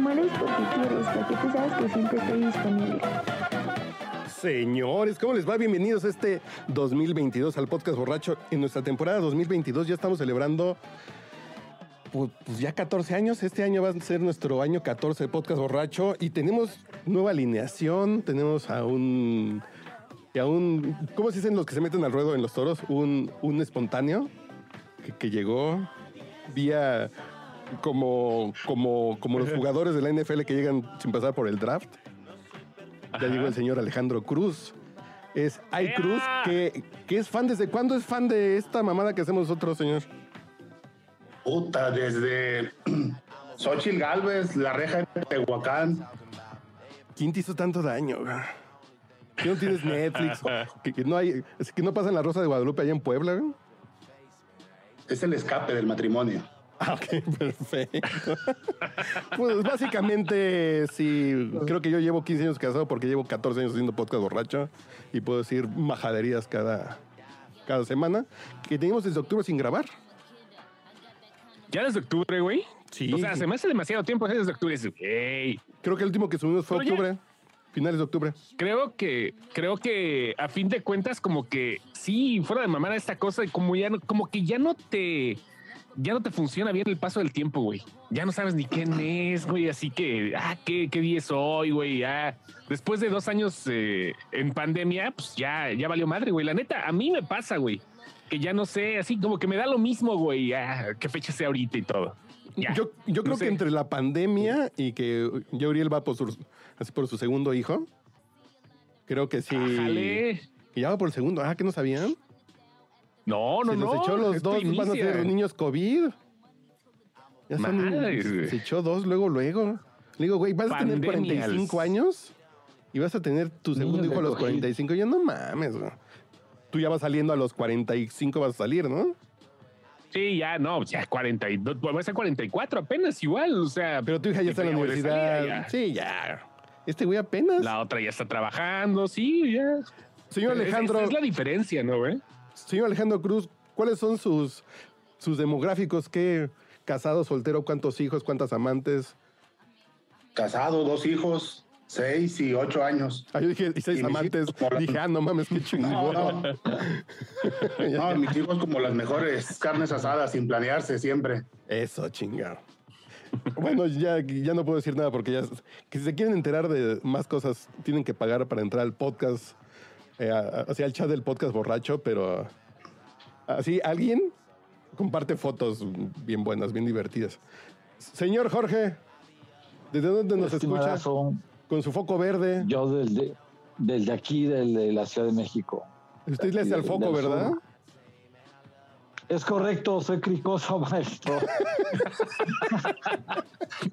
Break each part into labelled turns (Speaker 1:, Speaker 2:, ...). Speaker 1: Mueres porque quieres, porque tú sabes que siempre estoy disponible.
Speaker 2: Señores, ¿cómo les va? Bienvenidos a este 2022 al podcast borracho. En nuestra temporada 2022 ya estamos celebrando pues, pues ya 14 años. Este año va a ser nuestro año 14 de podcast borracho y tenemos nueva alineación, tenemos a un... y a un ¿Cómo se dicen los que se meten al ruedo en los toros? Un, un espontáneo que, que llegó vía como, como, como los jugadores de la NFL que llegan sin pasar por el draft. Ya llegó el señor Alejandro Cruz. Es Ay
Speaker 3: ¡Ea!
Speaker 2: Cruz, que, que es fan. ¿Desde cuándo es fan de esta mamada que hacemos nosotros, señor?
Speaker 4: Puta, desde Xochitl Galvez, la reja de Tehuacán.
Speaker 2: ¿Quién te hizo tanto daño? güey? ¿Que no tienes Netflix? ¿Que, que no hay, es que no pasa en la Rosa de Guadalupe allá en Puebla? güey?
Speaker 4: Es el escape del matrimonio.
Speaker 2: Ah, ok, perfecto. pues básicamente, sí, creo que yo llevo 15 años casado porque llevo 14 años haciendo podcast borracho y puedo decir majaderías cada, cada semana. Que tenemos desde octubre sin grabar.
Speaker 3: Ya desde octubre, güey.
Speaker 2: Sí.
Speaker 3: O sea, se me hace demasiado tiempo ¿eh? desde octubre. Es, güey.
Speaker 2: Creo que el último que subimos fue
Speaker 3: Pero ya-
Speaker 2: octubre, finales de octubre.
Speaker 3: Creo que, creo que a fin de cuentas, como que sí, fuera de mamada esta cosa, y como ya no- como que ya no te, ya no te funciona bien el paso del tiempo, güey. Ya no sabes ni quién es, güey. Así que, ah, qué, qué día es hoy, güey. Ya después de dos años eh, en pandemia, pues ya, ya valió madre, güey. La neta, a mí me pasa, güey. Que ya no sé, así como que me da lo mismo, güey. Ah, qué fecha sea ahorita y todo. Ya.
Speaker 2: Yo, yo creo
Speaker 3: No sé.
Speaker 2: que entre la pandemia y que ya Uriel va por su, así por su segundo hijo, creo que sí.
Speaker 3: Ájale.
Speaker 2: Que ya va por el segundo. Ah, que no sabían.
Speaker 3: No, no,
Speaker 2: se
Speaker 3: no.
Speaker 2: los echó los
Speaker 3: es
Speaker 2: dos. Van a
Speaker 3: primicia.
Speaker 2: ser niños COVID. Ya son-
Speaker 3: Madres, güey.
Speaker 2: se echó dos luego, luego. Le digo, güey, vas a tener
Speaker 3: Pandemias.
Speaker 2: 45 años y vas a tener tu segundo
Speaker 3: Niños
Speaker 2: hijo
Speaker 3: de
Speaker 2: a los
Speaker 3: COVID.
Speaker 2: 45. Yo no mames, güey. Tú ya vas saliendo a los 45, vas a salir, ¿no?
Speaker 3: Sí, ya, no, pues, ya 42, voy pues, a ser 44 apenas igual, o sea.
Speaker 2: Pero tu hija ya está en la
Speaker 3: ya voy de salida,
Speaker 2: universidad.
Speaker 3: ya.
Speaker 2: Sí, ya. Este güey apenas.
Speaker 3: La otra ya está trabajando, sí, ya.
Speaker 2: Señor
Speaker 3: Es- es-
Speaker 2: Alejandro,
Speaker 3: Es, la diferencia, ¿no, eh? güey?
Speaker 2: señor Alejandro Cruz, ¿cuáles son sus, sus demográficos? ¿Qué casado, soltero, cuántos hijos, cuántas amantes?
Speaker 4: Casado, dos hijos, seis y ocho años.
Speaker 2: Ah, yo dije, y seis
Speaker 4: Y mis
Speaker 2: amantes.
Speaker 4: hijos por-
Speaker 2: Dije, ah, no mames, qué chingón.
Speaker 4: No, no, no, mis hijos como las mejores carnes asadas sin planearse siempre.
Speaker 2: Eso, chingado. Bueno, ya, ya no puedo decir nada porque ya. Que si se quieren enterar de más cosas, tienen que pagar para entrar al podcast, eh, a- hacia el chat del podcast borracho, pero. ah, Así, alguien comparte fotos bien buenas, bien divertidas. Señor Jorge, ¿desde dónde nos escucha?
Speaker 5: Estimadazo,
Speaker 2: Con su foco verde.
Speaker 5: Yo desde, desde aquí, desde la Ciudad de México.
Speaker 2: Usted le hace al
Speaker 5: Del-
Speaker 2: foco,
Speaker 5: del sur.
Speaker 2: ¿verdad?
Speaker 5: Es correcto, soy cricoso, maestro.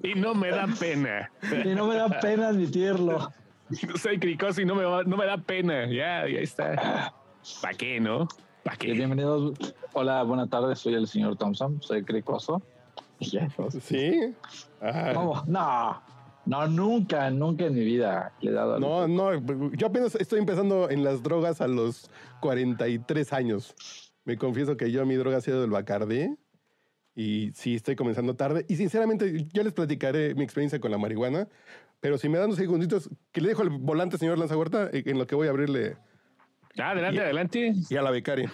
Speaker 3: Y no me da pena.
Speaker 5: y no me da pena admitirlo.
Speaker 3: Soy cricoso y no me, va- no me da pena. Ya, ya está. ¿Para qué, no? ¿Para qué?
Speaker 5: Eh, Bienvenidos. Hola, buenas tardes, soy el señor Thompson, soy cricoso. Y ya, pues,
Speaker 2: Sí. Ah.
Speaker 5: ¿cómo? No, no, nunca, nunca en mi vida le he dado algo.
Speaker 2: No, no, yo apenas estoy empezando en las drogas a los 43 años. Me confieso que yo mi droga ha sido el Bacardí y sí estoy comenzando tarde. Y sinceramente, yo les platicaré mi experiencia con la marihuana, pero si me dan unos segunditos, que le dejo el volante, señor Lanza Huerta, en lo que voy a abrirle
Speaker 3: Ya, Ah, adelante, adelante.
Speaker 2: y a la becaria.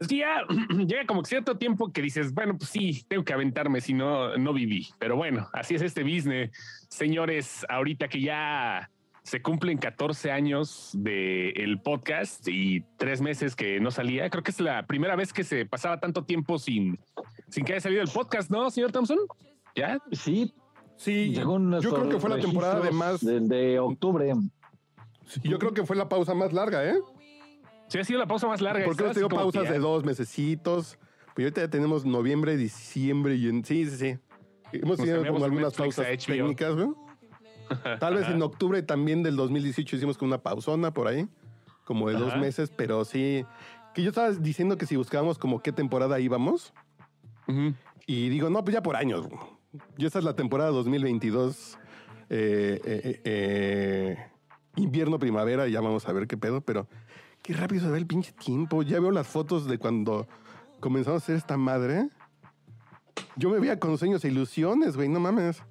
Speaker 3: Es que ya llega como cierto tiempo que dices, bueno, pues sí, tengo que aventarme, si no, no viví. Pero bueno, así es este business. Señores, ahorita que ya se cumplen 14 años del el podcast y tres meses que no salía, creo que es la primera vez que se pasaba tanto tiempo sin, sin que haya salido el podcast, ¿no, señor Thompson? ¿Ya?
Speaker 5: Sí,
Speaker 2: Sí,
Speaker 5: llegó en
Speaker 2: yo creo que fue la
Speaker 5: nuestros
Speaker 2: temporada de
Speaker 5: registros
Speaker 2: más. ¿Ah?
Speaker 5: Del de octubre.
Speaker 2: Yo creo que fue la pausa más larga, ¿eh?
Speaker 3: Sí, ha sido la pausa más larga.
Speaker 2: Porque hemos
Speaker 3: Estaba
Speaker 2: tenido
Speaker 3: así como
Speaker 2: pausas
Speaker 3: que,
Speaker 2: de dos mesecitos. Pues ahorita ya tenemos noviembre, diciembre y en... Sí, sí, sí.
Speaker 3: Nos
Speaker 2: Hemos tenido
Speaker 3: cambiamos
Speaker 2: como
Speaker 3: de
Speaker 2: algunas
Speaker 3: Netflix a
Speaker 2: pausas
Speaker 3: HBO.
Speaker 2: técnicas, ¿no? Tal vez en octubre también del 2018 hicimos como una pausona por ahí, como de dos
Speaker 3: Ajá.
Speaker 2: meses, pero sí. Que yo estaba diciendo que si buscábamos como qué temporada íbamos,
Speaker 3: "Ujú".
Speaker 2: y digo, no, pues ya por años. güey. Y esta es la temporada 2022, eh, eh, eh, eh, invierno, primavera, ya vamos a ver qué pedo, pero qué rápido se ve el pinche tiempo. Ya veo las fotos de cuando comenzamos a hacer esta madre. Yo me veía con sueños e ilusiones, güey, no mames.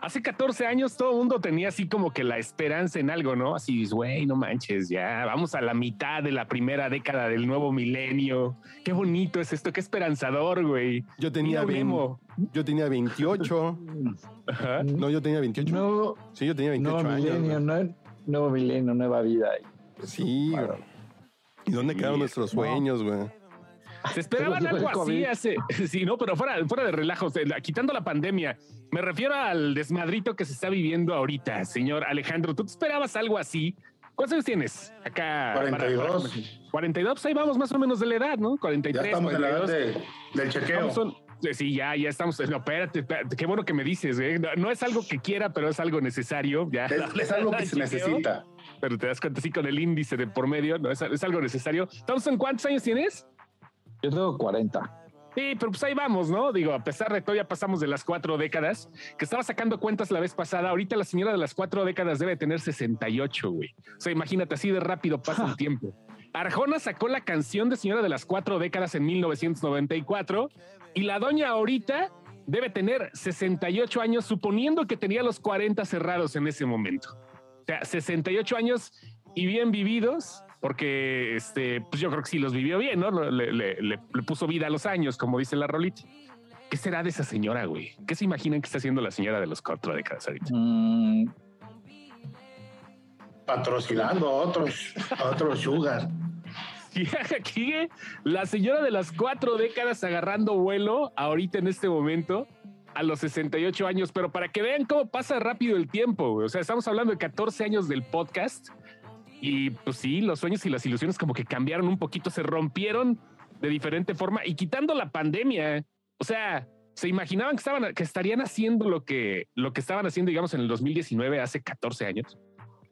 Speaker 3: Hace 14 años todo el mundo tenía así como que la esperanza en algo, ¿no? Así, dices, güey, no manches, ya vamos a la mitad de la primera década del nuevo milenio. Qué bonito es esto, qué esperanzador, güey.
Speaker 2: Yo tenía,
Speaker 3: Mira,
Speaker 2: vein-
Speaker 3: Memo.
Speaker 2: yo tenía 28.
Speaker 3: Ajá.
Speaker 2: No, yo tenía 28.
Speaker 5: Mm. Nuevo,
Speaker 2: Sí, yo tenía 28
Speaker 5: nuevo
Speaker 2: años.
Speaker 5: milenio,
Speaker 2: güey.
Speaker 5: nue- nuevo milenio, nueva vida.
Speaker 2: Sí, güey. ¿Y dónde quedaron nuestros sueños, güey?
Speaker 3: Se esperaban
Speaker 5: Pero fue
Speaker 3: algo
Speaker 5: el COVID.
Speaker 3: así hace. Sí, no, pero fuera, fuera de relajos, quitando la pandemia. Me refiero al desmadrito que se está viviendo ahorita, señor Alejandro. ¿Tú te esperabas algo así? ¿Cuántos años tienes? Acá. para-
Speaker 4: 42.
Speaker 3: Ah, para- 42, pues ahí vamos más o menos de la edad, ¿no? 43,
Speaker 4: Ya estamos en la edad
Speaker 3: 42.
Speaker 4: de- del chequeo.
Speaker 3: Thompson, eh, sí, ya, ya estamos. No, espérate, espérate, qué bueno que me dices. güey. No, no es algo que quiera, pero es algo necesario. Ya,
Speaker 4: Es, es algo que se necesita.
Speaker 3: Pero te das cuenta, sí, con el índice de por medio, no es, es algo necesario. Thompson, ¿cuántos años tienes?
Speaker 5: Yo tengo 40.
Speaker 3: Sí, pero pues ahí vamos, ¿no? Digo, a pesar de que todavía pasamos de las cuatro décadas, que estaba sacando cuentas la vez pasada, ahorita la señora de las cuatro décadas debe tener 68, güey. O sea, imagínate, así de rápido pasa el tiempo. Arjona sacó la canción de señora de las cuatro décadas en 1994 y la doña ahorita debe tener 68 años, suponiendo que tenía los 40 cerrados en ese momento. O sea, 68 años y bien vividos, porque este, pues yo creo que sí los vivió bien, ¿no? Lo- Le, le- le- le puso vida a los años, como dice la rolita. ¿Qué será de esa señora, güey? ¿Qué se imaginan que está haciendo la señora de los cuatro décadas ahorita?
Speaker 5: Mm,
Speaker 4: Patrocinando a otros, a otros sugar.
Speaker 3: Y aquí eh, la señora de las cuatro décadas agarrando vuelo ahorita en este momento a los 68 años, pero para que vean cómo pasa rápido el tiempo, güey. o sea, estamos hablando de 14 años del podcast y pues sí, los sueños y las ilusiones como que cambiaron un poquito, se rompieron de diferente forma y quitando la pandemia, o sea, se imaginaban que estaban que estarían haciendo lo que lo que estaban haciendo digamos en el 2019 hace 14 años,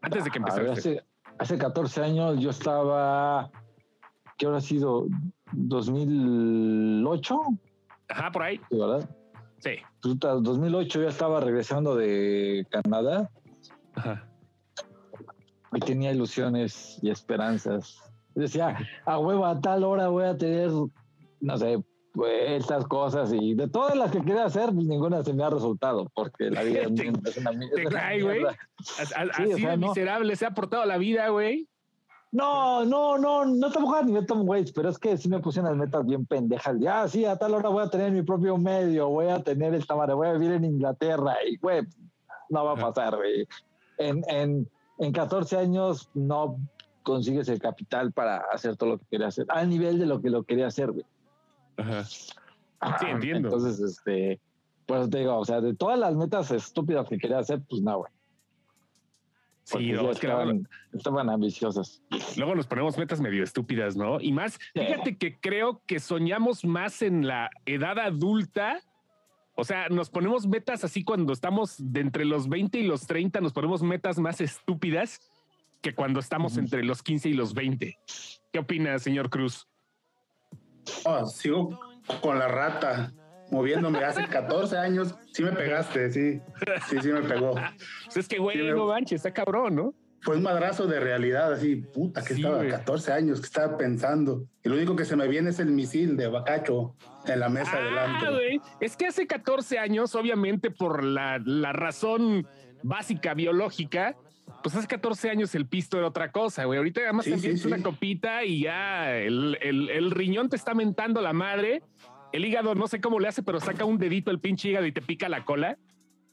Speaker 3: antes de que
Speaker 5: a ver,
Speaker 3: empezara. este.
Speaker 5: hace, hace 14 años yo estaba. ¿Qué habrá sido? ¿2008?
Speaker 3: Ajá, por ahí.
Speaker 5: Sí, ¿Verdad?
Speaker 3: Sí.
Speaker 5: Puta, 2008 ya estaba regresando de Canadá
Speaker 3: Ajá.
Speaker 5: y tenía ilusiones y esperanzas. Decía, a huevo, a tal hora voy a tener, no sé, pues, estas cosas y de todas las que quería hacer, pues ninguna se me ha resultado porque la vida
Speaker 3: Te-
Speaker 5: es una mier-
Speaker 3: te
Speaker 5: es una
Speaker 3: cae, güey.
Speaker 5: mierda.
Speaker 3: As- a-
Speaker 5: Sí,
Speaker 3: así
Speaker 5: o sea,
Speaker 3: de
Speaker 5: no.
Speaker 3: miserable se ha portado la vida, güey.
Speaker 5: No, no, no, no tampoco a nivel Tom Waits, pero es que sí me puse unas metas bien pendejas. Ya, sí, a tal hora voy a tener mi propio medio, voy a tener esta madre, voy a vivir en Inglaterra y, güey, no va a pasar, güey. En, en, en 14 años no consigues el capital para hacer todo lo que quería hacer, al nivel de lo que lo quería hacer, güey. Ah,
Speaker 3: Sí, entiendo.
Speaker 5: Entonces, este, pues te digo, o sea, de todas las metas estúpidas que quería hacer, pues no, güey. porque
Speaker 3: Sí, no,
Speaker 5: ya
Speaker 3: es que luego-
Speaker 5: estaban, estaban ambiciosas.
Speaker 3: luego nos ponemos metas medio estúpidas, ¿no? Y más, fíjate que creo que soñamos más en la edad adulta. O sea, nos ponemos metas así cuando estamos de entre los 20 y los 30, nos ponemos metas más estúpidas que cuando estamos
Speaker 5: Ujú.
Speaker 3: entre los 15 y los 20. ¿Qué opina, señor Cruz?
Speaker 4: No, Oh, sigo con la rata moviéndome hace 14 años. Sí me pegaste, sí. Sí, sí me pegó.
Speaker 3: Pues es que, güey,
Speaker 4: Sí,
Speaker 3: no
Speaker 4: veo.
Speaker 3: manches, está cabrón, ¿no?
Speaker 4: Fue un madrazo de realidad, así, puta, que
Speaker 3: Sí,
Speaker 4: estaba
Speaker 3: güey.
Speaker 4: 14 años, que estaba pensando. Y lo único que se me viene es el misil de Bacacho en la mesa
Speaker 3: Ah,
Speaker 4: delante.
Speaker 3: güey. Es que hace 14 años, obviamente, por la, la razón básica biológica, pues hace 14 años el pisto era otra cosa, güey. Ahorita además
Speaker 4: Sí,
Speaker 3: también
Speaker 4: sí,
Speaker 3: es una
Speaker 4: sí.
Speaker 3: copita y ya el, el- el riñón te está mentando la madre. El hígado, no sé cómo le hace, pero saca un dedito el pinche hígado y te pica la cola.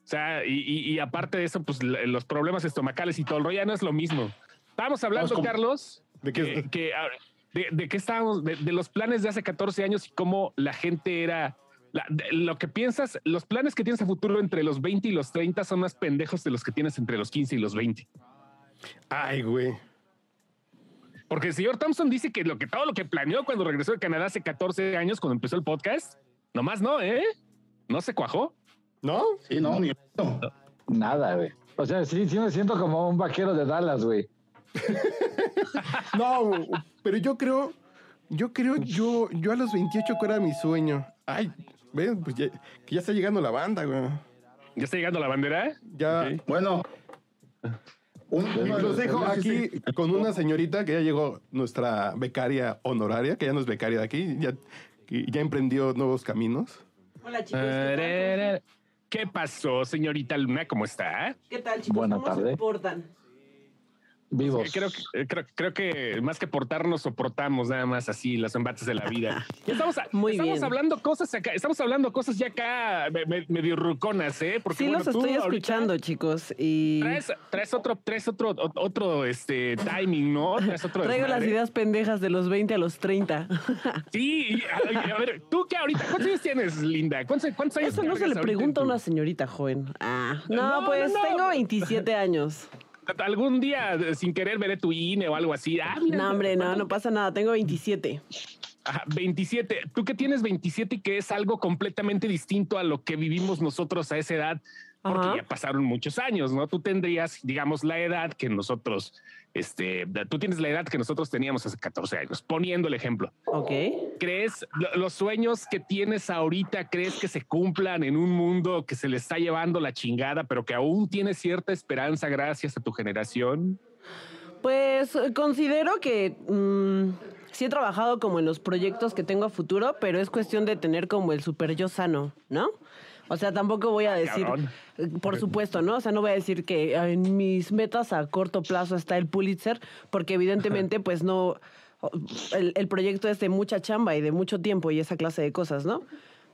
Speaker 3: O sea, y, y- y aparte de eso, pues la- los problemas estomacales y todo el rollo ya no es lo mismo. Estábamos hablando,
Speaker 4: como-
Speaker 3: Carlos,
Speaker 2: ¿De qué?
Speaker 3: que, que, ah, de, de qué estábamos, de, de los planes de hace 14 años y cómo la gente era. la- de- lo que piensas, los planes que tienes a futuro entre los 20 y los 30 son más pendejos de los que tienes entre los 15 y los 20.
Speaker 2: Ay, güey.
Speaker 3: Porque el señor Thompson dice que, lo que todo lo que planeó cuando regresó de Canadá hace 14 años, cuando empezó el podcast, nomás no, ¿eh? No se cuajó.
Speaker 2: ¿No?
Speaker 4: Sí, no, ni no.
Speaker 5: Nada, güey. O sea, sí, sí me siento como un vaquero de Dallas, güey.
Speaker 2: No, pero yo creo, yo creo, yo, yo a los 28 que era mi sueño. Ay, ven, pues ya, que ya está llegando la banda, güey.
Speaker 3: Ya está llegando la bandera.
Speaker 2: Ya
Speaker 3: Ok.
Speaker 4: Bueno. un- uno de
Speaker 2: los dejo
Speaker 4: temas es
Speaker 2: aquí
Speaker 4: el-
Speaker 2: con una señorita que ya llegó, nuestra becaria honoraria, que ya no es becaria de aquí, ya, que ya emprendió nuevos caminos.
Speaker 6: Hola chicos,
Speaker 3: Eh,
Speaker 6: ¿qué
Speaker 2: Ah.
Speaker 6: tal?
Speaker 3: ¿Qué pasó, señorita Luna? ¿Cómo está?
Speaker 6: ¿Qué tal, chicos?
Speaker 5: Buena
Speaker 6: ¿Cómo
Speaker 5: tarde.
Speaker 6: se portan?
Speaker 5: Vivos.
Speaker 3: Creo que, eh, creo, creo que más que portarnos, soportamos nada más así los embates de la vida. Ya estamos, a-
Speaker 6: Muy
Speaker 3: estamos
Speaker 6: bien.
Speaker 3: hablando cosas acá, estamos hablando cosas ya acá me- me- medio ruconas, ¿eh? Porque
Speaker 6: Sí,
Speaker 3: bueno,
Speaker 6: los
Speaker 3: tú
Speaker 6: estoy
Speaker 3: ahorita
Speaker 6: escuchando, chicos. Y
Speaker 3: Traes, traes otro, traes otro, o- otro este timing, ¿no? Traes otro
Speaker 6: traigo las
Speaker 3: desmadre.
Speaker 6: ideas pendejas de los 20 a los 30.
Speaker 3: Sí, y- a, a ver, tú qué ahorita, ¿cuántos años tienes, Linda? ¿Cuántos, cuántos años
Speaker 6: Eso no se
Speaker 3: cargas
Speaker 6: le
Speaker 3: ahorita
Speaker 6: pregunta a
Speaker 3: en tu-
Speaker 6: una señorita joven. Ah,
Speaker 3: No,
Speaker 6: no,
Speaker 3: no,
Speaker 6: pues
Speaker 3: no.
Speaker 6: tengo 27 años.
Speaker 3: Algún día, eh, sin querer, veré tu INE o algo así. Ah, mira,
Speaker 6: No, hombre, no, no pasa nada. Tengo 27.
Speaker 3: Ajá, 27. Tú que tienes 27 y que es algo completamente distinto a lo que vivimos nosotros a esa edad, porque
Speaker 6: Ajá.
Speaker 3: ya pasaron muchos años, ¿no? Tú tendrías, digamos, la edad que nosotros, este, da- tú tienes la edad que nosotros teníamos hace 14 años, poniendo el ejemplo.
Speaker 6: Ok.
Speaker 3: ¿Crees lo- los sueños que tienes ahorita, crees que se cumplan en un mundo que se le está llevando la chingada, pero que aún tienes cierta esperanza gracias a tu generación?
Speaker 6: Pues eh, considero que mm, sí he trabajado como en los proyectos que tengo a futuro, pero es cuestión de tener como el super yo sano, ¿no? O sea, tampoco voy a decir,
Speaker 3: cabrón.
Speaker 6: eh, por supuesto, ¿no? O sea, no voy a decir que eh, en mis metas a corto plazo está el Pulitzer, porque evidentemente, pues no, o- el, el proyecto es de mucha chamba y de mucho tiempo y esa clase de cosas, ¿no?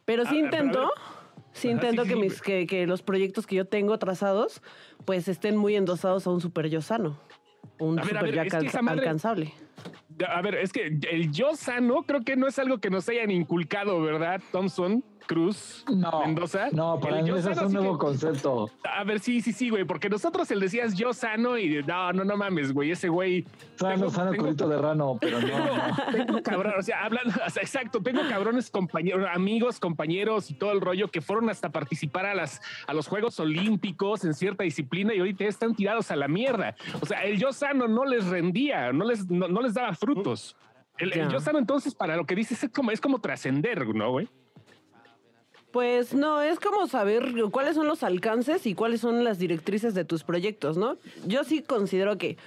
Speaker 6: Pero
Speaker 3: Ah, pero
Speaker 6: sí
Speaker 3: a
Speaker 6: intento,
Speaker 3: ver.
Speaker 6: sí
Speaker 3: Ajá, sí,
Speaker 6: intento
Speaker 3: sí,
Speaker 6: que,
Speaker 3: sí,
Speaker 6: mis, que, que los proyectos que yo tengo trazados, pues estén muy endosados a un super yo sano. Un
Speaker 3: A ver, a
Speaker 6: super
Speaker 3: ver,
Speaker 6: yo
Speaker 3: es que
Speaker 6: alcan-
Speaker 3: esa madre-
Speaker 6: alcanzable.
Speaker 3: A ver, es que el yo sano creo que no es algo que nos hayan inculcado, ¿verdad? Thompson, Cruz,
Speaker 5: No,
Speaker 3: Mendoza.
Speaker 5: no, para
Speaker 3: El
Speaker 5: mí
Speaker 3: yo
Speaker 5: eso es
Speaker 3: sano
Speaker 5: un
Speaker 3: sí que-
Speaker 5: nuevo concepto.
Speaker 3: A ver, sí, sí, sí, güey, porque nosotros el decías yo sano y no, no, no mames, güey, ese güey.
Speaker 5: Sano,
Speaker 3: tengo-
Speaker 5: sano,
Speaker 3: tengo-
Speaker 5: culito de rano, pero no. no.
Speaker 3: Tengo cabrón, o sea, hablando, o sea, exacto, tengo cabrones compañeros, amigos, compañeros y todo el rollo que fueron hasta participar a las a los Juegos Olímpicos en cierta disciplina y ahorita están tirados a la mierda. O sea, el yo sano no les rendía, no les no, no les daba frutos. El, el
Speaker 6: Ya.
Speaker 3: yo sano entonces para lo que dices es como es como trascender, ¿no, güey?
Speaker 6: Pues no, es como saber cuáles son los alcances y cuáles son las directrices de tus proyectos, ¿no? Yo sí considero que,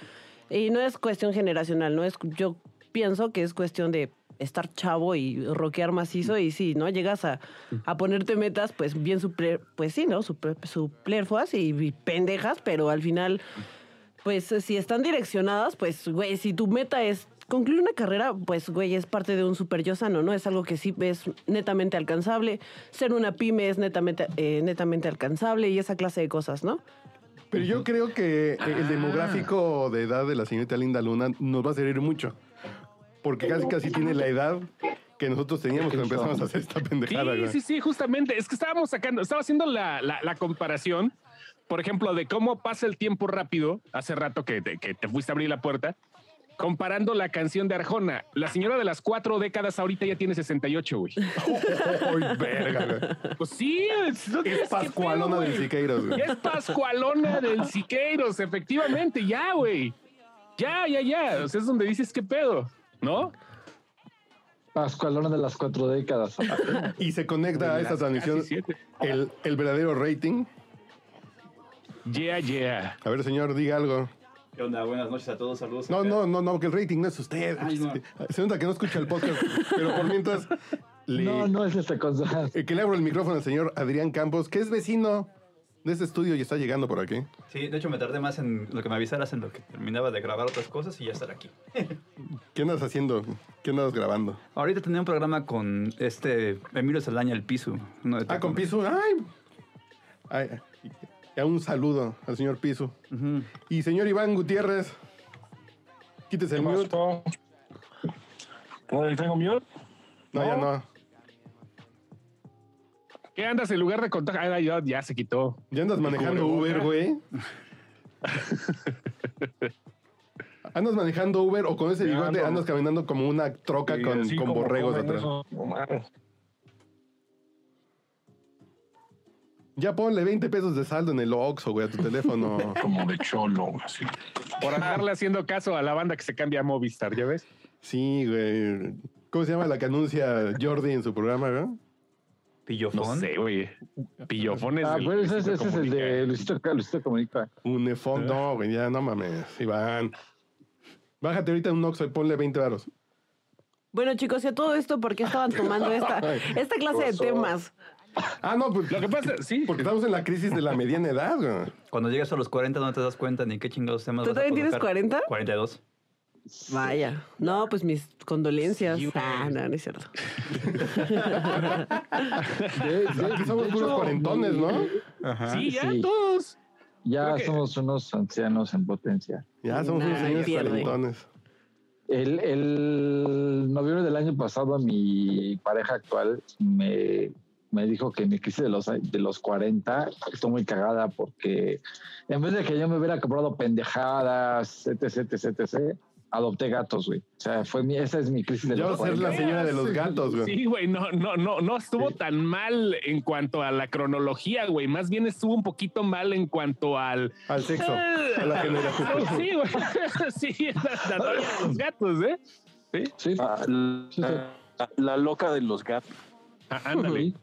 Speaker 6: y no es cuestión generacional, no es, yo pienso que es cuestión de estar chavo y roquear macizo y sí, ¿no? Llegas a, a ponerte metas, pues bien supler, pues sí, ¿no? Super, superfluas y, y pendejas, pero al final, pues si están direccionadas, pues güey, si tu meta es concluir una carrera, pues güey, es parte de un super yo sano, ¿no? Es algo que sí es netamente alcanzable, ser una pyme es netamente, eh, netamente alcanzable y esa clase de cosas, ¿no?
Speaker 2: Pero yo creo que eh,
Speaker 3: Ah.
Speaker 2: el demográfico de edad de la señorita Linda Luna nos va a servir mucho. Porque casi casi tiene la edad que nosotros teníamos cuando empezamos a hacer esta pendejada,
Speaker 3: Sí,
Speaker 2: güey.
Speaker 3: sí, sí, justamente. Es que estábamos sacando, estaba haciendo la, la- la comparación, por ejemplo, de cómo pasa el tiempo rápido, hace rato que te, que te fuiste a abrir la puerta, comparando la canción de Arjona. La señora de las cuatro décadas ahorita ya tiene 68, güey.
Speaker 2: Ay, verga, güey.
Speaker 3: Pues sí, es, no tienes
Speaker 2: Es
Speaker 3: que
Speaker 2: Pascualona
Speaker 3: pedo,
Speaker 2: del
Speaker 3: güey.
Speaker 2: Siqueiros, güey.
Speaker 3: Ya Es Pascualona del Siqueiros, efectivamente, ya, güey. Ya, ya, ya. O sea, es donde dices qué pedo, ¿no?
Speaker 5: Pascualona de las cuatro décadas.
Speaker 2: Y se conecta a esta
Speaker 3: Las casi
Speaker 2: transmisión
Speaker 3: siete.
Speaker 2: el, el verdadero rating.
Speaker 3: Yeah, yeah.
Speaker 2: A ver, señor, diga algo.
Speaker 7: ¿Qué onda? Buenas noches a todos, saludos.
Speaker 2: No, no, no, no, que el rating no es usted.
Speaker 7: Ay, no.
Speaker 2: Se nota que no escucha el podcast, pero por mientras le-
Speaker 5: No, no es este concepto.
Speaker 2: eh, que le abro el micrófono al señor Adrián Campos, que es vecino de este estudio y está llegando por aquí.
Speaker 7: Sí, de hecho me tardé más en lo que me avisaras, en lo que terminaba de grabar otras cosas y ya estar aquí.
Speaker 2: ¿Qué andas haciendo? ¿Qué andas grabando?
Speaker 7: Ahorita tenía un programa con este Emilio Saldaña, El Piso. uno de
Speaker 2: Ah, con
Speaker 7: Tecom-
Speaker 2: Piso. Ay. Ay, ya un saludo al señor Piso.
Speaker 7: Ujú.
Speaker 2: Y señor Iván Gutiérrez. Quítese el mute.
Speaker 3: ¿No ¿Tengo miedo?
Speaker 2: No, ya no.
Speaker 3: ¿Qué andas en lugar de contagio? Ah, ya, ya se quitó.
Speaker 2: Ya andas manejando Uber, güey. Andas manejando Uber o con ese
Speaker 8: Ya
Speaker 2: bigote
Speaker 8: ando.
Speaker 2: andas caminando como una troca
Speaker 8: Sí,
Speaker 2: con,
Speaker 8: así
Speaker 2: con
Speaker 8: como
Speaker 2: borregos
Speaker 8: comen
Speaker 2: atrás.
Speaker 8: esos- no mames.
Speaker 2: Ya ponle 20 pesos de saldo en el Oxxo, güey, a tu teléfono.
Speaker 8: Como de cholo, así.
Speaker 3: Por andarle haciendo caso a la banda que se cambia a Movistar, ¿ya ves?
Speaker 2: Sí, güey. ¿Cómo se llama la que anuncia Jordi en su programa, güey?
Speaker 3: No
Speaker 7: Pillofón.
Speaker 3: sé, güey. Pillofones.
Speaker 5: Ah,
Speaker 3: del
Speaker 5: pero ese,
Speaker 3: Luisito
Speaker 5: ese es el
Speaker 3: Comunica.
Speaker 5: de Luisito, Luisito Comunica.
Speaker 2: Unefón,
Speaker 8: Eh.
Speaker 2: no, güey, ya no mames, Iván. Bájate ahorita un Oxxo y ponle 20 varos.
Speaker 6: Bueno, chicos, y a todo esto, ¿por qué estaban tomando esta, esta clase de temas?
Speaker 2: Ah, no, pues
Speaker 3: Lo que pasa, sí.
Speaker 2: porque estamos en la crisis de la mediana edad, güey.
Speaker 7: Cuando llegas a los 40 no te das cuenta ni qué chingados temas
Speaker 6: ¿Tú
Speaker 7: vas a
Speaker 6: también tienes
Speaker 7: colocar.
Speaker 6: 40?
Speaker 7: 42.
Speaker 6: Vaya. No, pues mis condolencias. ah, no, no es cierto.
Speaker 2: Aquí somos
Speaker 5: de
Speaker 2: puros
Speaker 5: hecho,
Speaker 2: cuarentones, ¿no?
Speaker 3: sí, ya
Speaker 5: sí.
Speaker 3: todos. Creo
Speaker 5: Ya
Speaker 3: que-
Speaker 5: somos unos ancianos en potencia.
Speaker 2: Ya somos unos
Speaker 6: Nah,
Speaker 2: señores
Speaker 6: pierde.
Speaker 2: cuarentones.
Speaker 5: El, el noviembre del año pasado, mi pareja actual me, me dijo que mi crisis de los, de los 40 estoy muy cagada porque en vez de que yo me hubiera comprado pendejadas, etc, etc, etc, adopté gatos, güey. O sea, fue mi, esa es mi crisis de
Speaker 2: Ya va a
Speaker 5: los
Speaker 2: ser
Speaker 5: 40.
Speaker 2: la señora de los gatos, güey.
Speaker 3: Sí, güey, no, no, no, no estuvo tan mal en cuanto a la cronología, güey. Más bien estuvo un poquito mal en cuanto al. eh,
Speaker 2: Al sexo. A la generación.
Speaker 3: Sí, güey. Sí, la- la doña de los gatos, ¿eh?
Speaker 5: Sí,
Speaker 8: Ah, la, la loca de los gatos.
Speaker 3: Ah, ándale.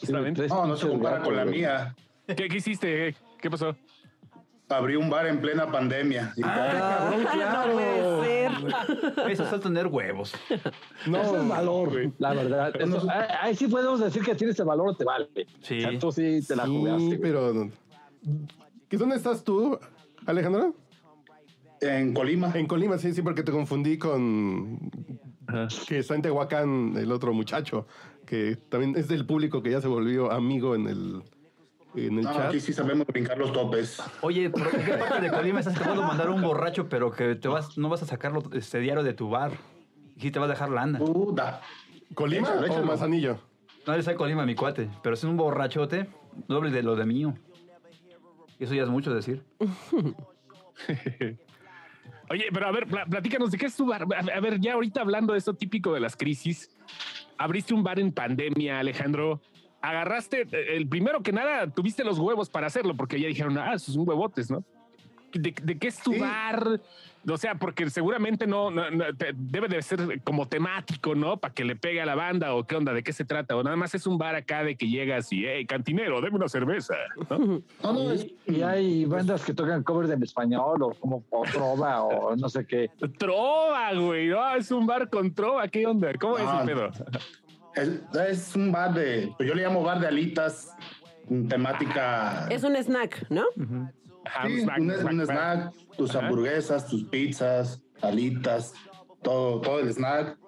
Speaker 3: Justamente.
Speaker 4: No, no se compara con la
Speaker 5: güey.
Speaker 4: mía.
Speaker 3: ¿Qué, qué hiciste? ¿Qué pasó?
Speaker 4: Abrí un bar en plena pandemia. Y
Speaker 2: cabrón, claro.
Speaker 6: No puede ser.
Speaker 7: Eso es tener huevos.
Speaker 5: Eso es valor, la verdad. Eso- ahí ahí sí podemos decir que tienes el valor, te vale.
Speaker 7: Sí.
Speaker 5: O sea, tú sí te la
Speaker 2: Sí,
Speaker 5: jugaste. güey.
Speaker 2: pero... ¿Qué, ¿Dónde estás tú, Alejandro?
Speaker 4: En Colima.
Speaker 2: En Colima, sí, sí, porque te confundí con... Que está en Tehuacán el otro muchacho, que también es del público que ya se volvió amigo en el, en el
Speaker 4: No,
Speaker 2: chat.
Speaker 4: aquí sí sabemos brincar los topes.
Speaker 7: Oye, ¿por qué parte de Colima estás? Te puedo mandar un borracho, pero que te vas, no vas a sacarlo este diario de tu bar. Y sí te vas a dejar lana.
Speaker 4: Puta.
Speaker 2: ¿Colima
Speaker 4: Échalo,
Speaker 2: o
Speaker 4: échalo.
Speaker 2: Manzanillo?
Speaker 7: No le sé Colima, mi cuate, pero es un borrachote doble de lo de mío. Eso ya es mucho decir.
Speaker 3: Oye, pero a ver, pla- platícanos de qué es tu bar. A a ver, ya ahorita hablando de esto típico de las crisis, abriste un bar en pandemia, Alejandro. Agarraste, eh, el primero que nada, tuviste los huevos para hacerlo, porque ya dijeron, ah, esos son huevotes, ¿no? ¿De, de qué es tu
Speaker 4: Sí.
Speaker 3: bar? O sea, porque seguramente no, no- no, te- debe de ser como temático, ¿no? Para que le pegue a la banda o qué onda, de qué se trata. O nada más es un bar acá de que llegas y, hey, cantinero, deme una cerveza.
Speaker 4: No, no, es-
Speaker 5: Y hay bandas que tocan covers en español o como o trova o no sé qué.
Speaker 3: Trova, güey, ¿no? Es un bar con trova, ¿qué onda? ¿Cómo es
Speaker 4: Ah,
Speaker 3: el pedo?
Speaker 4: es, es un bar de. pues Yo le llamo bar de alitas. un Temática.
Speaker 6: Es un snack, ¿no?
Speaker 3: Ajá, pues,
Speaker 4: sí,
Speaker 3: snack,
Speaker 4: un,
Speaker 3: snack,
Speaker 4: un
Speaker 3: snack.
Speaker 4: snack, tus
Speaker 3: Ajá.
Speaker 4: hamburguesas, tus pizzas, alitas, todo, todo el snack.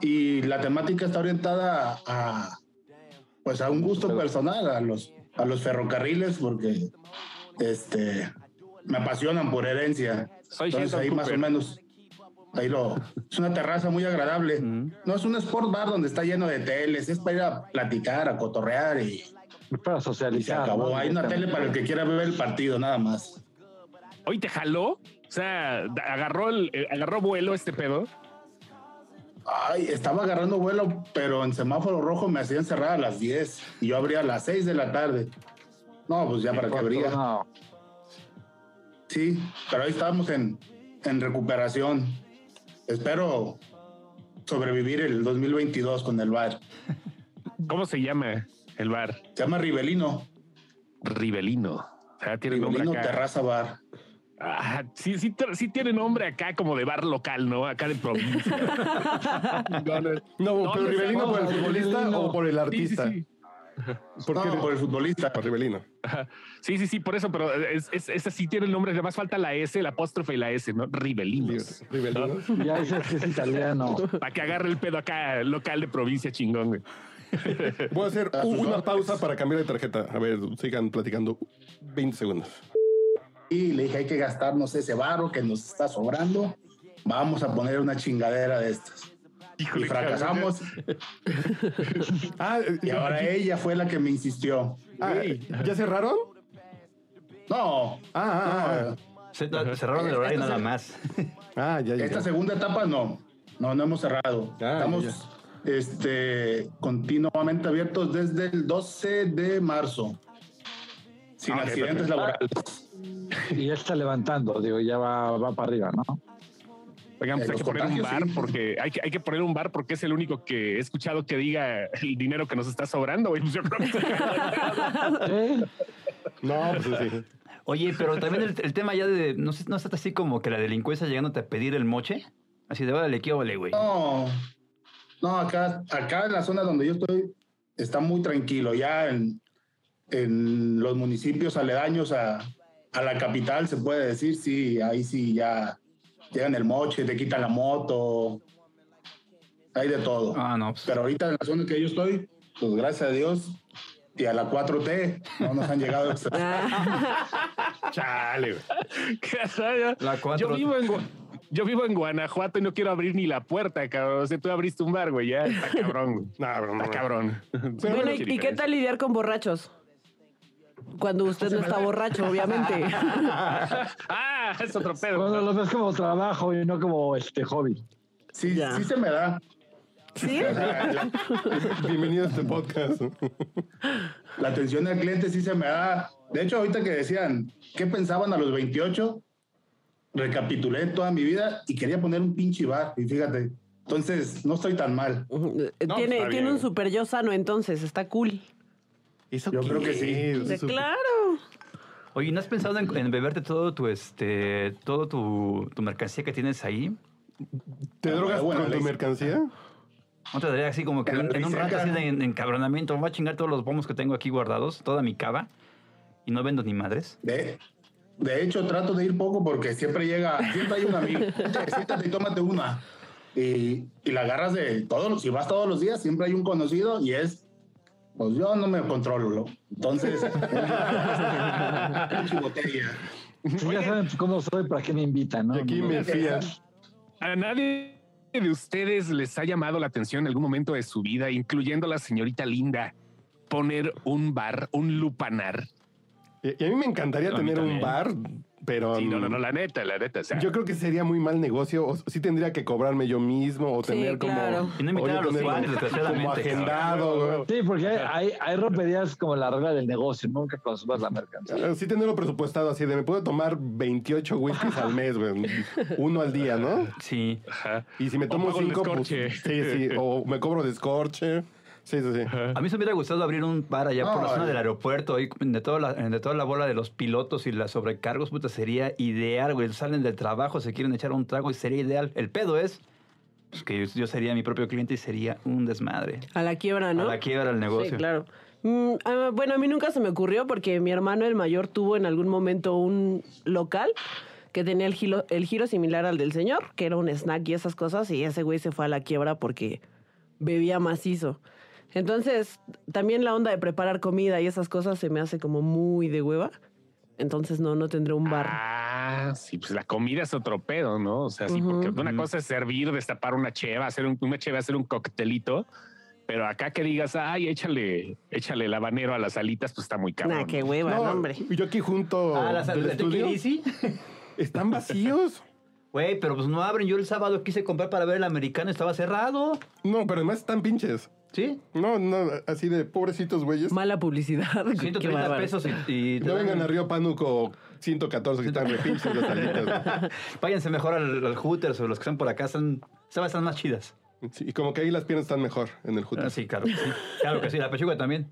Speaker 4: Y la temática está orientada a, pues a un gusto personal, a los, a los ferrocarriles, porque este, me apasionan por herencia.
Speaker 3: Soy Sheldon
Speaker 4: Entonces pues, ahí más o
Speaker 3: Cooper.
Speaker 4: menos. Ahí lo, es una terraza muy agradable. No es un sport bar donde está lleno de teles, es para ir a platicar, a cotorrear y,
Speaker 5: Es para
Speaker 4: y se
Speaker 5: socializar.
Speaker 4: acabó.
Speaker 5: ¿no?
Speaker 4: Hay una tele para el que quiera ver el partido, nada más.
Speaker 3: Hoy te jaló, o sea, da- agarró, el, eh, agarró vuelo este pedo.
Speaker 4: Ay, estaba agarrando vuelo, pero en semáforo rojo me hacían cerrar a las 10 y yo abría a las 6 de la tarde. No, pues ya para que abría.
Speaker 5: No,
Speaker 4: Sí, pero ahí estábamos en, en recuperación. Espero sobrevivir el 2022 con el bar.
Speaker 3: ¿Cómo se llama el bar?
Speaker 4: Se llama Rivelino.
Speaker 3: Rivelino. O sea, tiene
Speaker 4: Rivelino
Speaker 3: nombre acá.
Speaker 4: Terraza Bar.
Speaker 3: Ah, sí, sí, te- sí tiene nombre acá como de bar local, ¿no? Acá de provincia.
Speaker 2: No,
Speaker 3: No,
Speaker 2: pero
Speaker 3: no, no,
Speaker 2: Rivelino por el
Speaker 3: no,
Speaker 2: futbolista
Speaker 5: Rivelino.
Speaker 2: o por el
Speaker 3: Sí, sí,
Speaker 2: artista.
Speaker 3: sí.
Speaker 2: ¿Por qué?
Speaker 4: No, por el futbolista.
Speaker 2: Por Rivelino.
Speaker 3: Sí, sí, sí, por eso, pero es, es, ese sí tiene el nombre, nada más falta la S, el apóstrofe y la S, ¿no? Rivelinos.
Speaker 2: Rivelino.
Speaker 5: ya ese sí es italiano.
Speaker 3: Para que agarre el pedo acá local de provincia chingón, güey.
Speaker 2: Voy a hacer
Speaker 4: A sus
Speaker 2: una
Speaker 4: órdenes.
Speaker 2: pausa para cambiar de tarjeta. A ver, sigan platicando 20 segundos.
Speaker 4: Y le dije, hay que gastarnos ese barro que nos está sobrando. vamos a poner una chingadera de estas. Y fracasamos.
Speaker 2: Ah, eh,
Speaker 4: Y ahora ella fue la que me insistió.
Speaker 2: ah, ¿Ya cerraron?
Speaker 4: No,
Speaker 2: Ah, ah,
Speaker 4: no,
Speaker 7: Se- Cerraron el horario nada más.
Speaker 2: ah, ah, ya, ya.
Speaker 4: esta segunda etapa no. No, no hemos cerrado.
Speaker 2: Ah,
Speaker 4: Estamos este, continuamente abiertos desde el 12 de marzo. Sin
Speaker 3: Ah, ok,
Speaker 4: accidentes laborales.
Speaker 5: Y ya está levantando, digo, ya va, va para arriba, ¿no?
Speaker 3: Oigan, pues
Speaker 4: Eh,
Speaker 3: hay
Speaker 4: los
Speaker 3: que poner un
Speaker 4: contagios,
Speaker 3: bar
Speaker 4: sí.
Speaker 3: porque hay que, hay que poner un bar porque es el único que he escuchado que diga el dinero que nos está sobrando, güey. Pues yo creo que-
Speaker 5: Sí.
Speaker 2: No, pues sí.
Speaker 7: Oye, pero también el, el tema ya de. No, sé, no está así como que la delincuencia llegándote a pedir el moche. Así de vale, ¿qué vale, güey?
Speaker 4: No, no, acá, acá en la zona donde yo estoy está muy tranquilo. Ya en, en los municipios aledaños a, a la capital se puede decir, sí, ahí sí ya llegan el moche, te quitan la moto, hay de todo.
Speaker 7: Ah, no. pues,
Speaker 4: Pero ahorita en la zona que yo estoy, pues gracias a Dios y a la 4T no nos han llegado.
Speaker 6: Ah.
Speaker 3: Chale, güey. Qué raro.
Speaker 7: La cuatro.
Speaker 3: Yo vivo en Gua- yo vivo en Guanajuato y no quiero abrir ni la puerta, cabrón. O sea, tú abriste un bar, güey, ya está cabrón. güey.
Speaker 2: No, no, no.
Speaker 3: Está cabrón.
Speaker 6: bueno, ¿y, y qué tal lidiar con borrachos? Cuando usted no está borracho, obviamente.
Speaker 3: Ah, es otro pedo.
Speaker 5: Cuando lo ves como trabajo y no como este hobby.
Speaker 4: Sí, sí se me da.
Speaker 6: ¿Sí?
Speaker 4: O sea, la-
Speaker 2: Bienvenido a este podcast.
Speaker 4: La atención al cliente sí se me da. De hecho, ahorita que decían, ¿qué pensaban a los 28? Recapitulé toda mi vida y quería poner un pinche bar. Y fíjate, entonces no estoy tan mal.
Speaker 6: tiene
Speaker 2: pues está
Speaker 6: tiene
Speaker 2: bien.
Speaker 6: un super yo sano, entonces, está cool.
Speaker 2: ¿Eso
Speaker 4: Yo creo
Speaker 2: qué
Speaker 4: que sí.
Speaker 2: es?
Speaker 6: De-
Speaker 2: Eso-
Speaker 6: claro.
Speaker 7: Oye, ¿no has pensado en, en beberte todo tu este. todo tu, tu mercancía que tienes ahí?
Speaker 2: ¿Te drogas
Speaker 4: Bueno,
Speaker 2: con
Speaker 4: le
Speaker 2: tu
Speaker 4: hice-
Speaker 2: mercancía?
Speaker 7: No te daría así como que en, en un rato así de en- encabronamiento. Voy a chingar todos los bombos que tengo aquí guardados, toda mi cava. Y no vendo ni madres.
Speaker 4: De, de hecho, trato de ir poco porque siempre llega, siempre hay un amigo. "Oye, Siéntate y tómate una. Y, y la agarras de todos, los- si vas todos los días, siempre hay un conocido y es, pues yo no me controlo. lo- Entonces, pinche botella.
Speaker 5: Sí, ya saben cómo soy, para qué me invitan, ¿no?
Speaker 2: Y aquí me fías.
Speaker 3: ¿A nadie de ustedes les ha llamado la atención en algún momento de su vida, incluyendo la señorita Linda, poner un bar, un lupanar?
Speaker 2: Y y a mí me encantaría
Speaker 7: A mí
Speaker 2: tener un
Speaker 7: también.
Speaker 2: bar, pero...
Speaker 3: Sí, no,
Speaker 2: mm,
Speaker 3: no, no, la neta, la neta. o sea,
Speaker 2: Yo creo que sería muy mal negocio. O sí tendría que cobrarme yo mismo o
Speaker 6: Sí,
Speaker 2: tener como...
Speaker 6: claro.
Speaker 7: Y no invitar
Speaker 2: o yo
Speaker 7: a los
Speaker 2: tener
Speaker 7: iguales,
Speaker 2: como-
Speaker 7: desgraciadamente,
Speaker 2: Como
Speaker 7: cabrón.
Speaker 2: agendado. güey.
Speaker 5: Sí, porque hay, hay, hay roperías como la regla del negocio, nunca consumas la mercancía.
Speaker 2: Ah, Sí tenerlo presupuestado así de me puedo tomar 28 whiskies al mes, güey. Uno al día, ¿no?
Speaker 7: Sí.
Speaker 3: ajá.
Speaker 2: Y si me
Speaker 3: O
Speaker 2: tomo
Speaker 3: pago el
Speaker 2: cinco, pues,
Speaker 3: descorche.
Speaker 2: sí, sí, o me cobro descorche. Sí, sí, sí.
Speaker 7: A mí se me hubiera gustado abrir un bar allá por la
Speaker 4: Ay.
Speaker 7: zona del aeropuerto, ahí de toda la, de toda la bola de los pilotos y las sobrecargos, puta, sería ideal, güey. Salen del trabajo, se quieren echar un trago y sería ideal. El pedo es pues, que yo, yo sería mi propio cliente y sería un desmadre.
Speaker 6: A la quiebra, ¿no?
Speaker 7: A la quiebra el negocio.
Speaker 6: Sí, claro. Mm, ah, bueno, a mí nunca se me ocurrió porque mi hermano el mayor tuvo en algún momento un local que tenía el giro, el giro similar al del señor, que era un snack y esas cosas, y ese güey se fue a la quiebra porque bebía macizo. Entonces, también la onda de preparar comida y esas cosas se me hace como muy de hueva. Entonces, no, no tendré un bar.
Speaker 3: Ah, sí, pues la comida es otro pedo, ¿no? O sea, sí,
Speaker 6: Ujú.
Speaker 3: porque una cosa es servir, destapar una cheva, hacer un, una cheva, hacer un coctelito, pero acá que digas, ay, échale, échale el habanero a las alitas, pues está muy caro.
Speaker 6: Nah, qué hueva, no, hombre.
Speaker 2: yo aquí junto
Speaker 7: Ah, la sal-
Speaker 2: del
Speaker 7: ¿de
Speaker 2: estudio,
Speaker 7: tequila y sí?
Speaker 2: están vacíos.
Speaker 7: Güey, pero pues no abren. Yo el sábado quise comprar para ver el americano, estaba cerrado.
Speaker 2: No, pero además están pinches.
Speaker 7: ¿Sí?
Speaker 2: No, no, así de pobrecitos güeyes.
Speaker 6: Mala publicidad. qué
Speaker 7: 130
Speaker 6: bárbaro.
Speaker 7: pesos y, y te
Speaker 2: No
Speaker 7: dan-
Speaker 2: vengan a Río Pánuco 114 que están re pinches las salitas.
Speaker 7: Váyanse mejor al, al Hooters o los que están por acá, están, están más chidas.
Speaker 2: güey. Sí, y como que ahí las piernas están mejor en el
Speaker 7: Ah,
Speaker 2: jutas.
Speaker 7: sí, claro que sí. Claro que sí, la pechuga también.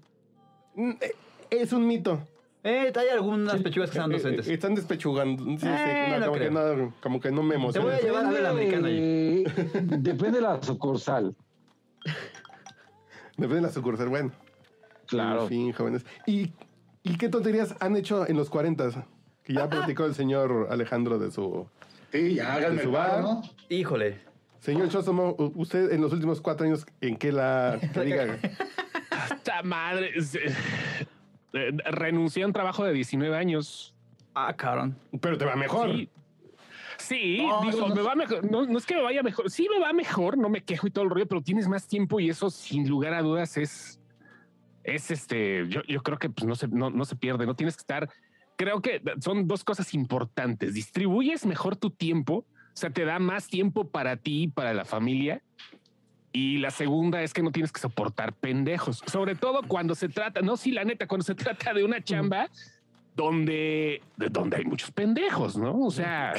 Speaker 2: Mm, eh, Es un mito.
Speaker 7: Eh, hay algunas pechugas que están
Speaker 2: Eh,
Speaker 7: docentes.
Speaker 2: eh, están despechugando. Sí, sí,
Speaker 7: Eh,
Speaker 2: no,
Speaker 7: no
Speaker 2: como, que
Speaker 7: creo.
Speaker 2: no, como que no me
Speaker 7: Te voy
Speaker 2: emociona.
Speaker 7: a llevar a ver la americana. ahí.
Speaker 5: Eh, Depende de la sucursal.
Speaker 2: Depende de la sucursal. Bueno,
Speaker 5: Claro.
Speaker 2: En fin, jóvenes. ¿Y, y qué tonterías han hecho en los 40? Que
Speaker 7: Ah,
Speaker 2: ya platicó el señor Alejandro de su...
Speaker 4: Sí, ya háganme
Speaker 2: su
Speaker 4: el
Speaker 2: bar.
Speaker 4: paro, ¿no?
Speaker 7: Híjole.
Speaker 2: Señor Chosomo, u- usted en los últimos cuatro años, ¿en qué la... que diga?
Speaker 3: Esta madre. es- eh, Renuncié a un trabajo de 19 años.
Speaker 7: Ah, cabrón.
Speaker 2: Pero te va mejor.
Speaker 3: Sí. Sí,
Speaker 4: No,
Speaker 3: digo,
Speaker 4: eso no-
Speaker 3: me va mejor. No, no es que me vaya mejor. Sí, me va mejor, no me quejo y todo el rollo, pero tienes más tiempo y eso, sin lugar a dudas, es. Es este. Yo, yo creo que pues, no, se, no, no se pierde, no tienes que estar. Creo que son dos cosas importantes. Distribuyes mejor tu tiempo, o sea, te da más tiempo para ti y para la familia. Y la segunda es que no tienes que soportar pendejos, sobre todo cuando se trata, no, sí, la neta, cuando se trata de una chamba donde, de donde hay muchos pendejos, ¿no? O sea,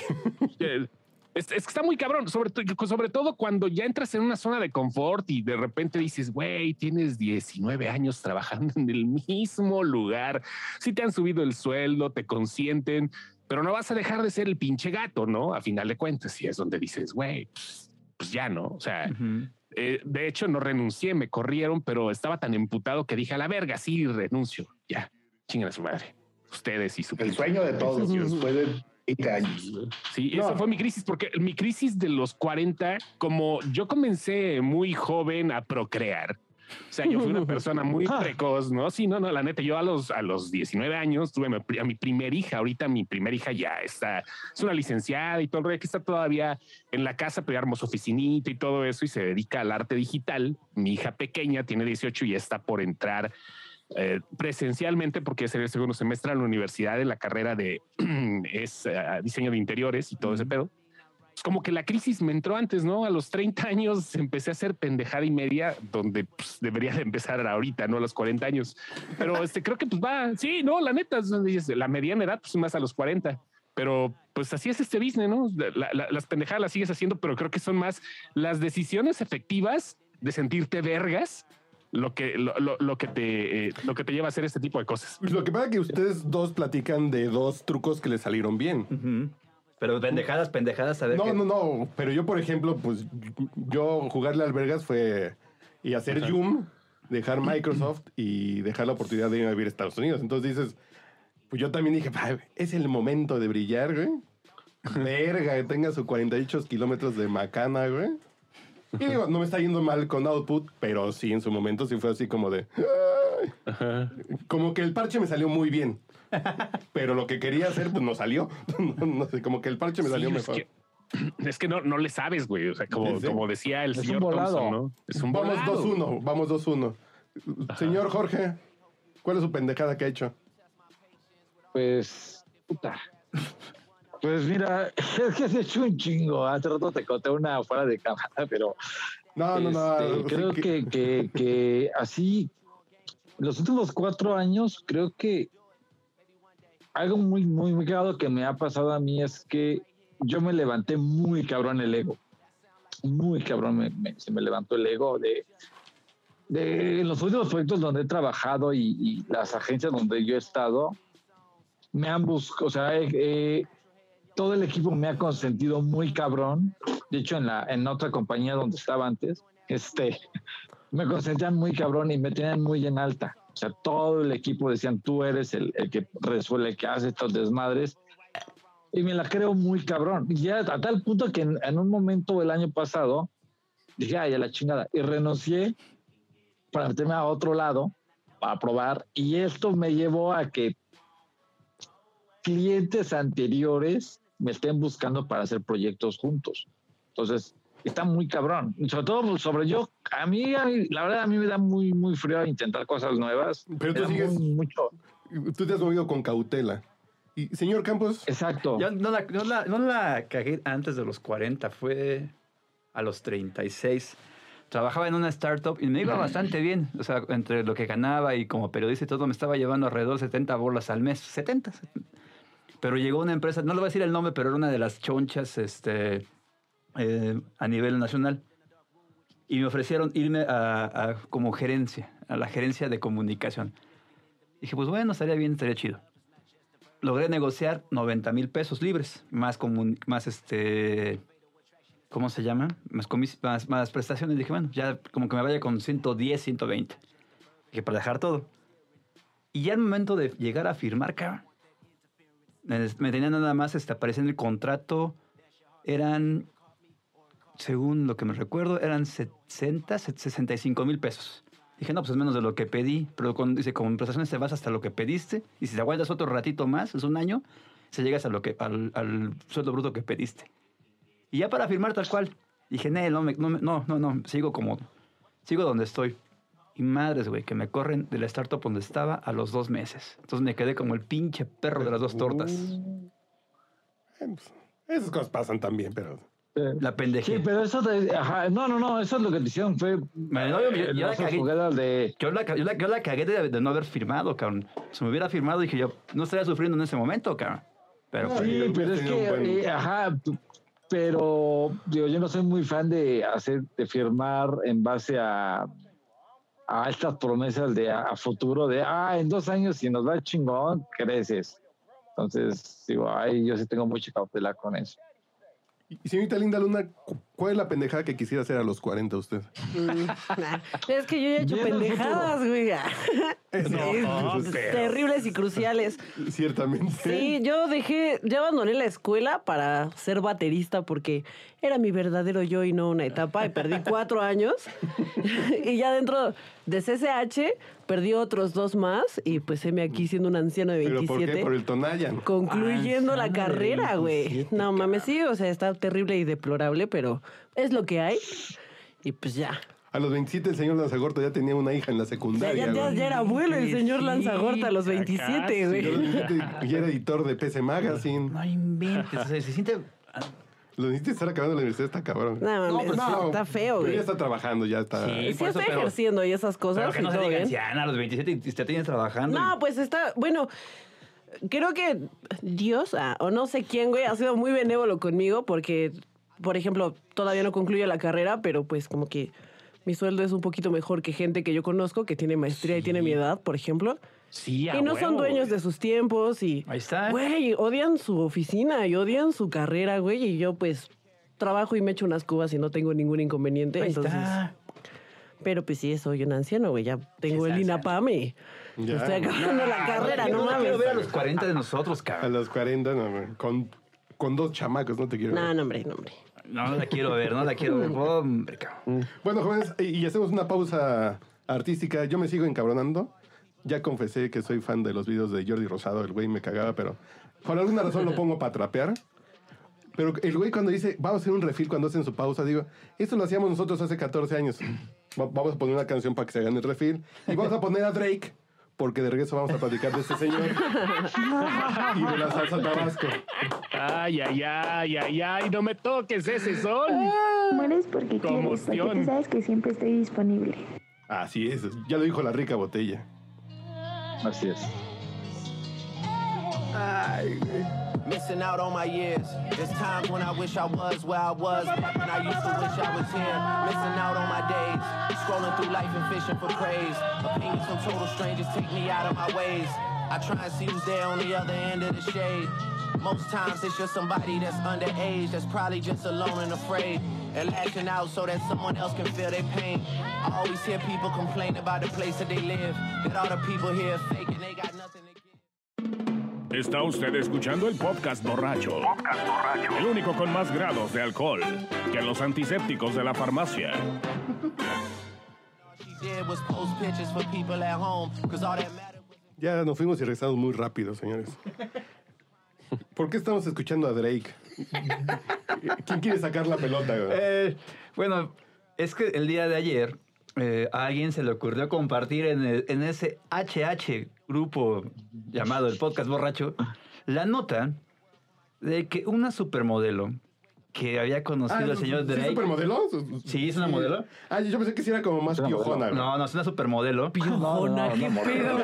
Speaker 3: eh, es, es que está muy cabrón, sobre, to- sobre todo cuando ya entras en una zona de confort y de repente dices, güey, tienes 19 años trabajando en el mismo lugar, si te han subido el sueldo, te consienten, pero no vas a dejar de ser el pinche gato, ¿no? A final de cuentas, y es donde dices, güey, pues, pues ya, ¿no? O sea...
Speaker 7: Ujú.
Speaker 3: Eh, de hecho, no renuncié, me corrieron, pero estaba tan emputado que dije a la verga, sí, renuncio. Ya, chingan a su madre. Ustedes y su.
Speaker 4: El sueño de todos después de 20 años.
Speaker 3: Sí,
Speaker 4: No.
Speaker 3: esa fue mi crisis, porque mi crisis de los 40, como yo comencé muy joven a procrear, o sea, yo fui una persona muy precoz, ¿no? Sí, no, no, la neta, yo a los, a los 19 años tuve mi pri- a mi primer hija, ahorita mi primera hija ya está, es una licenciada y todo el rollo, que está todavía en la casa, pero ya armó su oficinita y todo eso y se dedica al arte digital. Mi hija pequeña tiene 18 y ya está por entrar eh, presencialmente porque sería el segundo semestre en la universidad en la carrera de es eh, diseño de interiores y todo ese pedo. Es como que la crisis me entró antes, ¿no? A los 30 años empecé a hacer pendejada y media donde pues, debería de empezar ahorita, no a los 40 años. Pero este creo que pues va, sí, no, la neta, es donde dices, la mediana edad pues más a los 40. Pero pues así es este business, ¿no? La- la- las pendejadas las sigues haciendo, pero creo que son más las decisiones efectivas de sentirte vergas lo que, lo, lo- lo que, te, eh, lo que te lleva a hacer este tipo de cosas.
Speaker 2: Lo que pasa es que ustedes dos platican de dos trucos que les salieron bien.
Speaker 7: Ujú. Pero pendejadas, pendejadas, a ver.
Speaker 2: No,
Speaker 7: qué-
Speaker 2: no, no. Pero yo, por ejemplo, pues yo jugarle al Vergas fue y hacer Zoom, dejar Microsoft y dejar la oportunidad de ir a vivir a Estados Unidos. Entonces dices, pues yo también dije, "Ay, es el momento de brillar, güey. Verga, que tenga sus 48 kilómetros de macana, güey. Y digo, no me está yendo mal con output, pero sí, en su momento sí fue así como de... "Ay". Como que el parche me salió muy bien. Pero lo que quería hacer, pues no salió. No, no sé, como que el parche me salió
Speaker 3: Sí, es
Speaker 2: mejor.
Speaker 3: que- es que no, no le sabes, güey. O sea, como,
Speaker 2: Sí, sí.
Speaker 3: como decía el
Speaker 5: Es un
Speaker 3: señor
Speaker 5: volado.
Speaker 3: Thompson, ¿no? Es un
Speaker 2: Vamos
Speaker 3: volado.
Speaker 2: 2-1, vamos 2-1. Señor Jorge, ¿cuál es su pendejada que ha hecho?
Speaker 5: Pues, puta. Pues mira, es que has hecho un chingo. Hace rato te conté una fuera de cámara, pero
Speaker 2: No, no, no.
Speaker 5: Este,
Speaker 2: sí
Speaker 5: creo que, que, que así, los últimos cuatro años, creo que algo muy, muy, muy claro que me ha pasado a mí es que yo me levanté muy cabrón el ego. Muy cabrón me- me- se me levantó el ego de, de los últimos proyectos donde he trabajado y, y las agencias donde yo he estado, me han buscado, o sea, eh, eh, todo el equipo me ha consentido muy cabrón de hecho en la en otra compañía donde estaba antes, este me consentían muy cabrón y me tenían muy en alta. O sea, todo el equipo decían, tú eres el, el que resuelve, el que hace estos desmadres. Y me la creo muy cabrón. Y ya a tal punto que en, en un momento el año pasado dije, ay, a la chingada. Y renuncié para meterme a otro lado, a probar. Y esto me llevó a que clientes anteriores me estén buscando para hacer proyectos juntos. Entonces, está muy cabrón. Y Sobre todo pues, sobre yo, a mí, a mí, la verdad, a mí me da muy, muy frío intentar cosas nuevas.
Speaker 2: Pero tú
Speaker 5: Me da
Speaker 2: sigues-
Speaker 5: muy- mucho.
Speaker 2: Tú te has movido con cautela. Y, señor Campos,
Speaker 5: Exacto.
Speaker 7: Yo no la, no la- no la cagué antes de los 40, fue a los 36. Trabajaba en una startup y me iba bastante bien. O sea, entre lo que ganaba y como periodista y todo, me estaba llevando alrededor de 70 bolas al mes. 70. Pero llegó una empresa, no le voy a decir el nombre, pero era una de las chonchas este, eh, a nivel nacional. Y me ofrecieron irme a- a como gerencia, a la gerencia de comunicación. Dije, pues bueno, estaría bien, estaría chido logré negociar 90 mil pesos libres, más comun- más este, ¿cómo se llama? Más, comis- más, más prestaciones. Dije, bueno, ya como que me vaya con 110, 120. Dije, para dejar todo. Y ya al momento de llegar a firmar, cabrón, me me tenía nada más, este, aparecía en el contrato, eran, según lo que me recuerdo, eran 60, 65 mil pesos. Dije, no, pues es menos de lo que pedí, pero con, dice, con prestaciones te vas hasta lo que pediste y si te aguantas otro ratito más, es un año, si llegas a lo que, al, al sueldo bruto que pediste. Y ya para firmar tal cual, dije, "Nee, no, me- no, me- no, no, no, sigo como, sigo donde estoy. Y madres, güey, que me corren de la startup donde estaba a los dos meses. Entonces me quedé como el pinche perro de las dos tortas.
Speaker 2: Uh, eh, pues, esas cosas pasan también, pero.
Speaker 7: La pendeje.
Speaker 5: Sí, pero eso te- ajá, no, no, no, eso es lo que te hicieron fue
Speaker 7: Me- no, yo- yo-
Speaker 5: eh,
Speaker 7: yo la
Speaker 5: las
Speaker 7: cagué.
Speaker 5: jugadas de
Speaker 7: Yo la, ca- yo la- yo la cagué de, de no haber firmado, cabrón. Si me hubiera firmado, dije yo, no estaría sufriendo en ese momento, cabrón. Pero
Speaker 2: No,
Speaker 7: pues,
Speaker 2: Ah, yo
Speaker 5: Sí, pero
Speaker 2: hubiera
Speaker 5: es
Speaker 2: tenido
Speaker 5: que
Speaker 2: un buen-
Speaker 5: eh, ajá, p- pero digo, yo no soy muy fan de hacer de firmar en base a a estas promesas de a, a futuro de ah, en dos años si nos va chingón, creces. Entonces, digo, ay, yo sí tengo mucha cautela con eso.
Speaker 2: Y y señorita Linda Luna, cu- ¿cuál es la pendejada que quisiera hacer a los 40 usted?
Speaker 6: Mm, nah. es que yo ya he hecho
Speaker 5: Viene el
Speaker 6: pendejadas, güey. Sí,
Speaker 2: no,
Speaker 6: pues,
Speaker 2: pero-
Speaker 6: terribles y cruciales.
Speaker 2: Ciertamente.
Speaker 6: Sí, yo dejé, yo abandoné la escuela para ser baterista porque era mi verdadero yo y no una etapa y perdí cuatro años. y ya dentro de CCH perdí otros dos más y pues heme aquí siendo un anciano de
Speaker 2: ¿Pero
Speaker 6: 27.
Speaker 2: por qué? Por el Ah, Tonayan.
Speaker 6: Concluyendo la carrera, güey.
Speaker 2: 27,
Speaker 6: No mames, sí, o sea, está terrible y deplorable, pero es lo que hay. Y pues ya.
Speaker 2: A los 27 el señor Lanzagorta ya tenía una hija en la
Speaker 6: O sea,
Speaker 2: secundaria.
Speaker 6: ya, ya-
Speaker 2: güey.
Speaker 6: ya era abuelo el señor Lanzagorta a los
Speaker 3: ya
Speaker 6: 27,
Speaker 3: casi.
Speaker 2: Yo a los
Speaker 6: güey.
Speaker 2: 27 ya era editor de PC Magazine.
Speaker 7: no inventes. o sea, se siente...
Speaker 2: Los 27 estar acabando la universidad está cabrón.
Speaker 6: No, mames,
Speaker 2: pero
Speaker 6: está- está feo,
Speaker 2: pero
Speaker 6: güey.
Speaker 2: Ya está trabajando, ya está.
Speaker 7: Sí,
Speaker 6: Sí,
Speaker 7: por eso,
Speaker 6: está
Speaker 7: pero-
Speaker 6: ejerciendo y esas
Speaker 7: Pero
Speaker 6: cosas.
Speaker 7: que
Speaker 6: y
Speaker 7: no se
Speaker 6: todo
Speaker 7: diga
Speaker 6: bien.
Speaker 7: anciana a los 27 y te tienes trabajando.
Speaker 6: ¿eh? No,
Speaker 7: y-
Speaker 6: pues está, bueno, creo que Dios ah, o no sé quién, güey, ha sido muy benévolo conmigo porque, por ejemplo, todavía no concluyo la carrera, pero pues como que mi sueldo es un poquito mejor que gente que yo conozco que tiene maestría y tiene mi edad, por ejemplo.
Speaker 3: Sí, a
Speaker 6: y no son
Speaker 3: huevo,
Speaker 6: dueños
Speaker 3: güey.
Speaker 6: de sus tiempos y...
Speaker 7: Ahí está.
Speaker 6: Güey, odian su oficina y odian su carrera, güey, y yo pues trabajo y me echo unas cubas y no tengo ningún inconveniente.
Speaker 7: Ahí
Speaker 6: entonces,
Speaker 7: está.
Speaker 6: pero pues sí, soy un anciano, güey, ya tengo el
Speaker 7: anciano.
Speaker 6: INAPAME. y
Speaker 2: Ya.
Speaker 6: Estoy acabando la carrera,
Speaker 7: Yo
Speaker 6: no
Speaker 7: la
Speaker 6: mames.
Speaker 7: quiero ver a los 40 de nosotros,
Speaker 2: A
Speaker 7: cabrón.
Speaker 2: los 40, no, güey. con, con dos chamacos, no te quiero.
Speaker 6: No,
Speaker 2: ver.
Speaker 6: no, hombre, no, hombre.
Speaker 7: No la quiero ver, no la quiero ver. Hombre, cabrón.
Speaker 2: Bueno, jóvenes, y y hacemos una pausa artística. Yo me sigo encabronando. Ya confesé que soy fan de los videos de Jordi Rosado. El güey me cagaba, pero por alguna razón lo pongo para trapear. Pero el güey cuando dice, vamos a hacer un refil cuando hacen su pausa, digo, esto lo hacíamos nosotros hace 14 años. Va- Vamos a poner una canción para que se hagan el refil. Y vamos a poner a Drake, porque de regreso vamos a platicar de este señor. Y de la salsa tabasco.
Speaker 3: Ay, ay, ay, ay, ay, no me toques ese sol.
Speaker 1: Mueres porque quieres, porque
Speaker 3: Conmoción.
Speaker 1: tú sabes que siempre estoy disponible.
Speaker 2: Así es, ya lo dijo la rica botella.
Speaker 5: Así es.
Speaker 9: Missing out on my years. There's times when I wish I was where I was, and I used to wish I was here. Missing out on my days. Scrolling through life and fishing for praise. Opinions from total strangers take me out of my ways. I try and see who's there on the other end of the shade. Most times it's just somebody that's underage, that's probably just alone and afraid. And lashing out so that someone else can feel their pain. I always hear people complain about the place that they live. That all the people here are fake and they got nothing to give.
Speaker 10: Está usted escuchando el podcast borracho. El único con más grados de alcohol que los antisépticos de la farmacia.
Speaker 9: All she did was post pictures for people at home. Cause all that mattered was
Speaker 2: Ya nos fuimos y regresamos muy rápido, señores. ¿Por qué estamos escuchando a Drake? ¿Quién quiere sacar la pelota? güey?
Speaker 7: Eh, bueno, es que el día de ayer eh, a alguien se le ocurrió compartir en, el- en ese HH grupo llamado el Podcast Borracho la nota de que una supermodelo que había
Speaker 2: Ah,
Speaker 7: conocido el señor
Speaker 2: ¿sí ¿Es
Speaker 7: Drake.
Speaker 2: supermodelo?
Speaker 7: Sí, es una modelo.
Speaker 2: Ah, yo pensé que sí era como más
Speaker 5: una
Speaker 2: piojona. güey.
Speaker 7: No, no, es una supermodelo.
Speaker 6: Piojona, qué pedo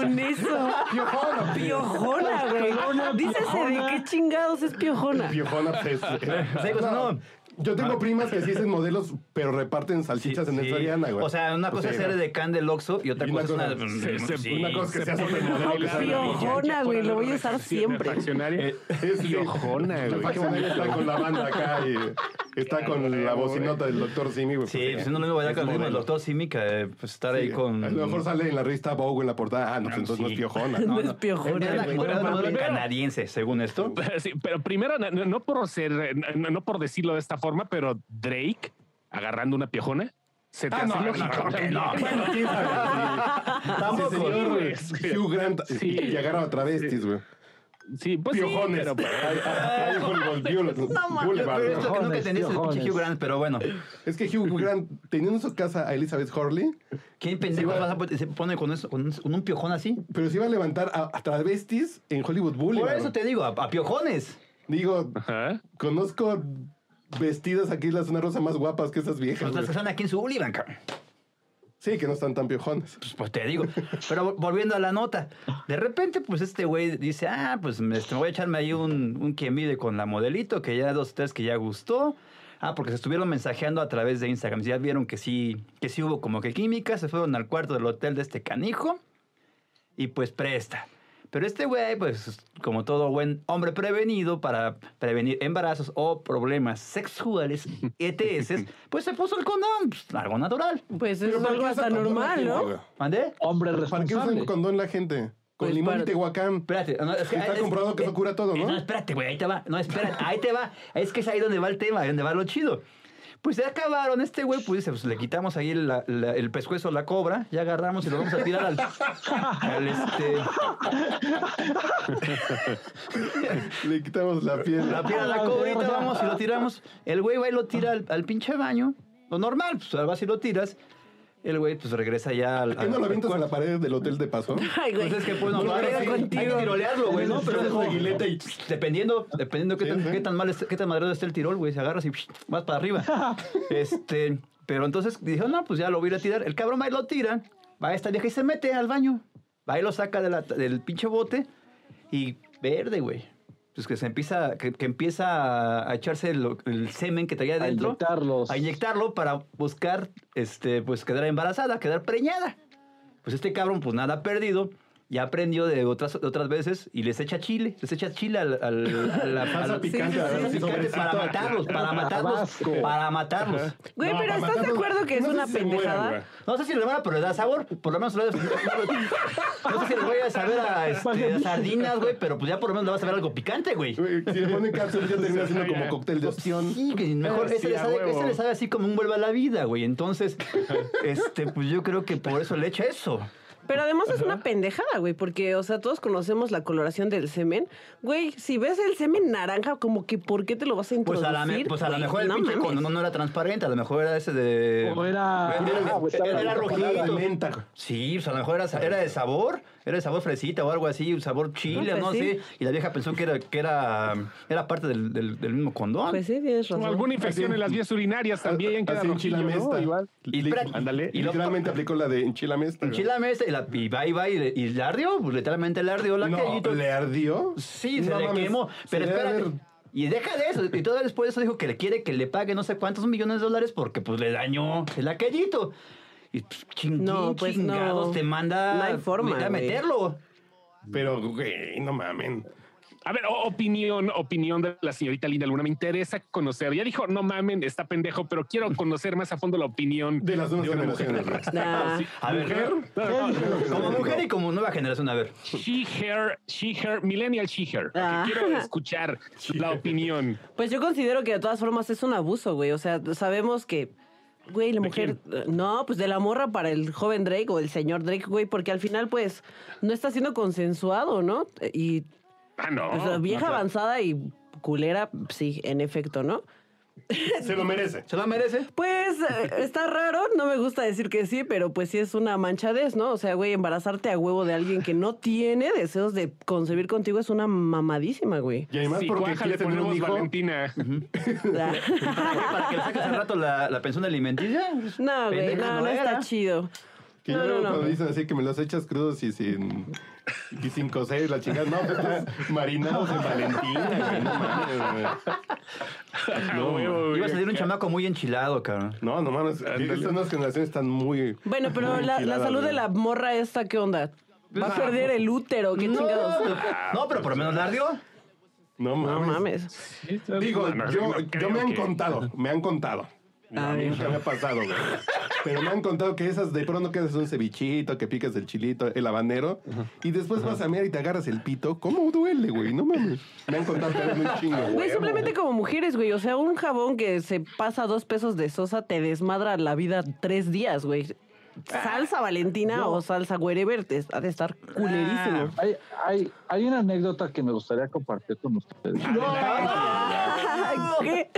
Speaker 6: con eso.
Speaker 2: Piojona. pues.
Speaker 6: Piojona, güey. Dícese de qué chingados es piojona.
Speaker 2: Piojona, pues.
Speaker 7: pues, no. Ah.
Speaker 2: Yo tengo primas que sí hacen modelos, pero reparten salchichas en el
Speaker 7: Sí.
Speaker 2: Soriana, güey. Pues
Speaker 7: O sea, una
Speaker 2: Sí,
Speaker 7: cosa es ser
Speaker 2: güey.
Speaker 7: de Can del Oxxo y otra
Speaker 2: Y una
Speaker 7: cosa es una.
Speaker 2: cosa-
Speaker 7: mm,
Speaker 3: se-
Speaker 7: sí.
Speaker 2: Una cosa que se hace supermodelo. que se hace-
Speaker 6: Piojona, güey, lo voy a usar siempre.
Speaker 2: Eh,
Speaker 3: Faccionaria.
Speaker 2: Es
Speaker 3: Piojona,
Speaker 2: La
Speaker 3: Eh, güey. qué
Speaker 2: faccionaria
Speaker 3: bonito.
Speaker 2: está con la banda acá y está con la bocinota del doctor Simi, güey.
Speaker 7: Sí, pues no lo mismo bailar
Speaker 2: Es
Speaker 7: con el
Speaker 2: modelo.
Speaker 7: doctor Simica, pues estar ahí
Speaker 2: Sí,
Speaker 7: con.
Speaker 2: A lo mejor sale en la revista Vogue en la portada. Ah, no, pues entonces no es
Speaker 7: sí.
Speaker 2: piojona.
Speaker 6: No es piojona.
Speaker 7: Era
Speaker 6: güey.
Speaker 7: era una modelo
Speaker 3: Pero-
Speaker 7: canadiense, según esto.
Speaker 3: Sí, pero primero, no, no- no por ser, eh, no, no por decirlo de esta forma, pero Drake agarrando una piojona. Se te
Speaker 7: Ah,
Speaker 3: hace
Speaker 7: no,
Speaker 3: lógico.
Speaker 7: no, no,
Speaker 3: también.
Speaker 7: no.
Speaker 2: Bueno, quién sabe. Sí. Ese
Speaker 7: Tampoco.
Speaker 2: señor
Speaker 3: Sí, güey.
Speaker 2: Hugh Grant
Speaker 3: Sí.
Speaker 2: y agarra a travestis, güey.
Speaker 3: Sí, pues sí,
Speaker 4: Piojones.
Speaker 3: pero-
Speaker 4: Ahí- ahí dijo el Gold Boulevard. Boulevard,
Speaker 7: Pero es lo que nunca
Speaker 5: Cojones,
Speaker 7: entendí es el pinche
Speaker 5: cojones.
Speaker 7: Hugh Grant, pero bueno.
Speaker 2: Es que Hugh Grant, teniendo en su casa a Elizabeth Horley,
Speaker 7: ¿Quién pendejo vas a pon- se pone con, eso, con, un, con un piojón así?
Speaker 2: pero se iba a levantar a, a travestis en Hollywood
Speaker 7: Por
Speaker 2: Boulevard.
Speaker 7: eso te digo, a, a piojones.
Speaker 2: Digo,
Speaker 6: Pues
Speaker 3: Ajá.
Speaker 2: conozco vestidas aquí en la zona rosa más guapas que esas viejas.
Speaker 7: Los que
Speaker 2: güey.
Speaker 7: están aquí en su Sullivan, cabrón.
Speaker 2: Sí, que no están tan piojones.
Speaker 7: Pues, pues te digo. Pero vol- volviendo a la nota, de repente, pues este güey dice, ah, pues me, este, me voy a echarme ahí un, un que mide con la modelito, que ya dos, tres que ya gustó. Ah, porque se estuvieron mensajeando a través de Instagram. Ya vieron que sí, que sí hubo como que química, se fueron al cuarto del hotel de este canijo y pues presta. Pero este güey, pues como todo buen hombre prevenido para prevenir embarazos o problemas sexuales, ETS, pues se puso el condón, pues, algo natural.
Speaker 6: Pues eso es
Speaker 2: ¿para
Speaker 6: algo
Speaker 2: qué usa
Speaker 6: hasta
Speaker 2: condón la
Speaker 6: normal,
Speaker 2: gente,
Speaker 6: ¿no?
Speaker 2: güey?
Speaker 7: ¿Mandé?
Speaker 5: Hombre
Speaker 2: ¿Para qué
Speaker 5: responsable.
Speaker 2: usan condón la gente? Con
Speaker 6: Pues
Speaker 2: limón y
Speaker 6: para-
Speaker 2: tehuacán.
Speaker 7: Espérate, no, es que-
Speaker 2: Está
Speaker 7: es-
Speaker 2: comprobado que eso cura todo, ¿no?
Speaker 7: No, espérate, güey, ahí te va. No, espérate, ahí te va. Es que es ahí donde va el tema, ahí donde va lo chido. Pues ya acabaron, este güey, pues dice, pues le quitamos ahí la- la- el pescuezo a la cobra, ya agarramos y lo vamos a tirar al, al este,
Speaker 2: Le quitamos la piel.
Speaker 7: la piel a
Speaker 5: A
Speaker 7: la
Speaker 5: la
Speaker 7: cobrita,
Speaker 5: verga.
Speaker 7: vamos y lo tiramos. El güey va y lo tira al, al pinche baño, lo normal, pues vas y lo tiras. El güey, pues regresa ya al.
Speaker 2: ¿Por qué no lo
Speaker 7: al-
Speaker 2: avientas en la pared del hotel de paso?
Speaker 6: Ay, güey.
Speaker 7: Pues es que pues no,
Speaker 6: no,
Speaker 7: hay, hay que tirolearlo, güey, ¿no? Pero
Speaker 2: Dejas la guileta y-
Speaker 7: dependiendo, dependiendo qué,
Speaker 2: Sí,
Speaker 7: tan,
Speaker 2: sí.
Speaker 7: qué tan mal esté- qué tan madreado esté el tirol, güey, se agarras y vas para arriba. este, pero entonces dijo, "No, pues ya lo voy a ir a tirar." El cabrón va y lo tira. Va esta vieja y se mete al baño. Va y lo saca de la- del pinche bote y verde, güey. Pues que se empieza, que, que empieza a echarse lo- el semen que traía
Speaker 5: A
Speaker 7: adentro.
Speaker 5: inyectarlos.
Speaker 7: A inyectarlo para buscar, este, pues quedar embarazada, quedar preñada. Pues este cabrón, pues nada ha perdido. Ya aprendió de otras, de otras veces y les echa chile, les echa chile al, al- a la- a la-
Speaker 2: picante,
Speaker 7: a la
Speaker 2: a ver si
Speaker 7: picante
Speaker 2: sobrecito.
Speaker 7: para matarlos, para matarlos,
Speaker 5: Tabasco.
Speaker 7: para matarlos.
Speaker 6: Güey,
Speaker 2: No,
Speaker 6: pero
Speaker 2: para
Speaker 6: ¿estás de
Speaker 2: matarlos,
Speaker 6: acuerdo que es
Speaker 2: no sé
Speaker 6: una
Speaker 2: si se mueran, güey.
Speaker 6: pendejada?
Speaker 7: No sé si le van a, pero le da sabor, por lo menos le da- no sé si le voy a saber a, este, a sardinas, güey, pero pues ya por lo menos le va a saber algo picante, güey.
Speaker 2: Güey, Si le ponen cápsulas ya termina siendo como cóctel de opción.
Speaker 7: Sí, que mejor
Speaker 3: Sí,
Speaker 7: ese, le
Speaker 3: a
Speaker 7: sabe,
Speaker 3: huevo.
Speaker 7: ese le sabe así como un vuelve a la vida, güey. Entonces, este, pues yo creo que por eso le echa eso.
Speaker 6: Pero además es una pendejada, güey, porque, o sea, todos conocemos la coloración del semen. Güey, si ves el semen naranja, como que ¿por qué te lo vas a
Speaker 7: Pues
Speaker 6: introducir?
Speaker 7: a la, me- pues a lo
Speaker 6: güey?
Speaker 7: mejor el
Speaker 6: No
Speaker 7: pinche
Speaker 6: mames.
Speaker 7: condón no era transparente, a lo mejor era ese de.
Speaker 5: O era-
Speaker 7: Era,
Speaker 5: Ah, pues,
Speaker 7: era- era
Speaker 5: estaba-
Speaker 7: rojito.
Speaker 2: de menta.
Speaker 7: Sí, pues a lo mejor era, era de sabor, era de sabor fresita o algo así, un sabor chile,
Speaker 6: Ah, pues
Speaker 7: no
Speaker 6: sí.
Speaker 7: sé. Y la vieja pensó que era, que era, era parte del, del- del mismo condón.
Speaker 6: Pues sí, tienes razón.
Speaker 3: O alguna infección en las vías urinarias también. queda
Speaker 2: Ah, Así en
Speaker 3: rojillo,
Speaker 2: Chilamesta.
Speaker 3: ¿no? Igual.
Speaker 7: Y espérate,
Speaker 3: ándale,
Speaker 2: Y
Speaker 7: y lo-
Speaker 2: literalmente aplicó la de enchilamesta. güey.
Speaker 7: Chila mesa este y, la, y va y va y, le- y le ardió, pues literalmente le ardió la
Speaker 2: No,
Speaker 7: callito.
Speaker 2: ¿le ardió?
Speaker 7: Sí, se
Speaker 2: No
Speaker 7: le
Speaker 2: mames,
Speaker 7: quemó.
Speaker 2: se
Speaker 7: Pero
Speaker 2: le ha de
Speaker 7: espérate.
Speaker 2: haber-
Speaker 7: Y deja de eso. Y todavía después de eso dijo que le quiere que le pague no sé cuántos millones de dólares porque pues le dañó el aquellito. Y pues, chin-
Speaker 6: No,
Speaker 7: chin-
Speaker 6: pues, no.
Speaker 7: chingados te manda
Speaker 6: No hay forma,
Speaker 7: a
Speaker 6: güey.
Speaker 7: meterlo.
Speaker 2: Pero, güey, no mamen.
Speaker 3: A ver, o- opinión, opinión de la señorita Linda Luna. Me interesa conocer. Ya dijo, no mamen, está pendejo, pero quiero conocer más a fondo la opinión
Speaker 2: De las nuevas
Speaker 3: una mujer
Speaker 2: generaciones.
Speaker 3: trans.
Speaker 6: Nah.
Speaker 7: A ver,
Speaker 3: No, no, no, no.
Speaker 7: como mujer y como nueva generación, a ver.
Speaker 3: She, her, she, her, millennial she, her. Porque
Speaker 6: Ah.
Speaker 3: Quiero escuchar la opinión.
Speaker 6: Pues yo considero que de todas formas es un abuso, güey. O sea, sabemos que, güey, la mujer. No, pues de la morra para el joven Drake o el señor Drake, güey, porque al final, pues, no está siendo consensuado, ¿no? Y
Speaker 3: Ah, no.
Speaker 6: pues, la vieja
Speaker 3: No, claro.
Speaker 6: avanzada y culera, sí, en efecto, ¿no?
Speaker 2: Se lo merece.
Speaker 7: ¿Se lo merece?
Speaker 6: Pues eh, está raro, no me gusta decir que sí, pero pues sí es una manchadez, ¿no? O sea, güey, embarazarte a huevo de alguien que no tiene deseos de concebir contigo es una mamadísima, güey.
Speaker 2: Y además
Speaker 3: Sí,
Speaker 2: porque
Speaker 3: cuaja, le
Speaker 2: quiere tener un
Speaker 3: ponemos
Speaker 2: hijo.
Speaker 3: Valentina.
Speaker 7: ¿Para qué? ¿Para que le saques al rato la, la pensión alimenticia?
Speaker 6: No, güey,
Speaker 7: Pendeja
Speaker 6: no, no
Speaker 7: era.
Speaker 6: está chido.
Speaker 2: Que yo
Speaker 6: No, no,
Speaker 2: luego
Speaker 6: no.
Speaker 2: cuando dicen así que me los echas crudos y sin... Y sin coser, la chingada, no, pues, marinados en Valentina, güey, no mames, güey.
Speaker 3: Ah, huevo, güey.
Speaker 7: Iba a salir un chamaco muy enchilado, cabrón.
Speaker 2: No, no mames, estas nuevas generaciones están muy...
Speaker 6: Bueno, pero
Speaker 2: muy
Speaker 6: la, la
Speaker 2: enfiladas,
Speaker 6: salud de
Speaker 2: güey.
Speaker 6: la morra esta, ¿qué onda? Va a perder el útero, Oh, qué
Speaker 7: No,
Speaker 6: chingados.
Speaker 7: No, pero por lo menos la ardió.
Speaker 2: No
Speaker 6: No
Speaker 2: mames.
Speaker 6: mames.
Speaker 2: Digo,
Speaker 3: No, no,
Speaker 2: yo,
Speaker 3: no
Speaker 2: yo
Speaker 3: creo
Speaker 2: me han
Speaker 3: que-
Speaker 2: contado, me han contado. No, a mí nunca me ha pasado, Ah, güey. Pero me han contado que esas de pronto que haces un cevichito, que picas el chilito, el habanero, y después vas a mear y te agarras el pito. ¿Cómo duele, güey? No mames. Me han contado que es muy chingo.
Speaker 6: Güey, simplemente como mujeres, güey. O sea, un jabón que se pasa dos pesos de sosa te desmadra la vida tres días, güey. Salsa Valentina o salsa wherever te- ha de estar culerísimo.
Speaker 5: Hay, hay, hay una anécdota que me gustaría compartir con ustedes.
Speaker 6: ¿Qué?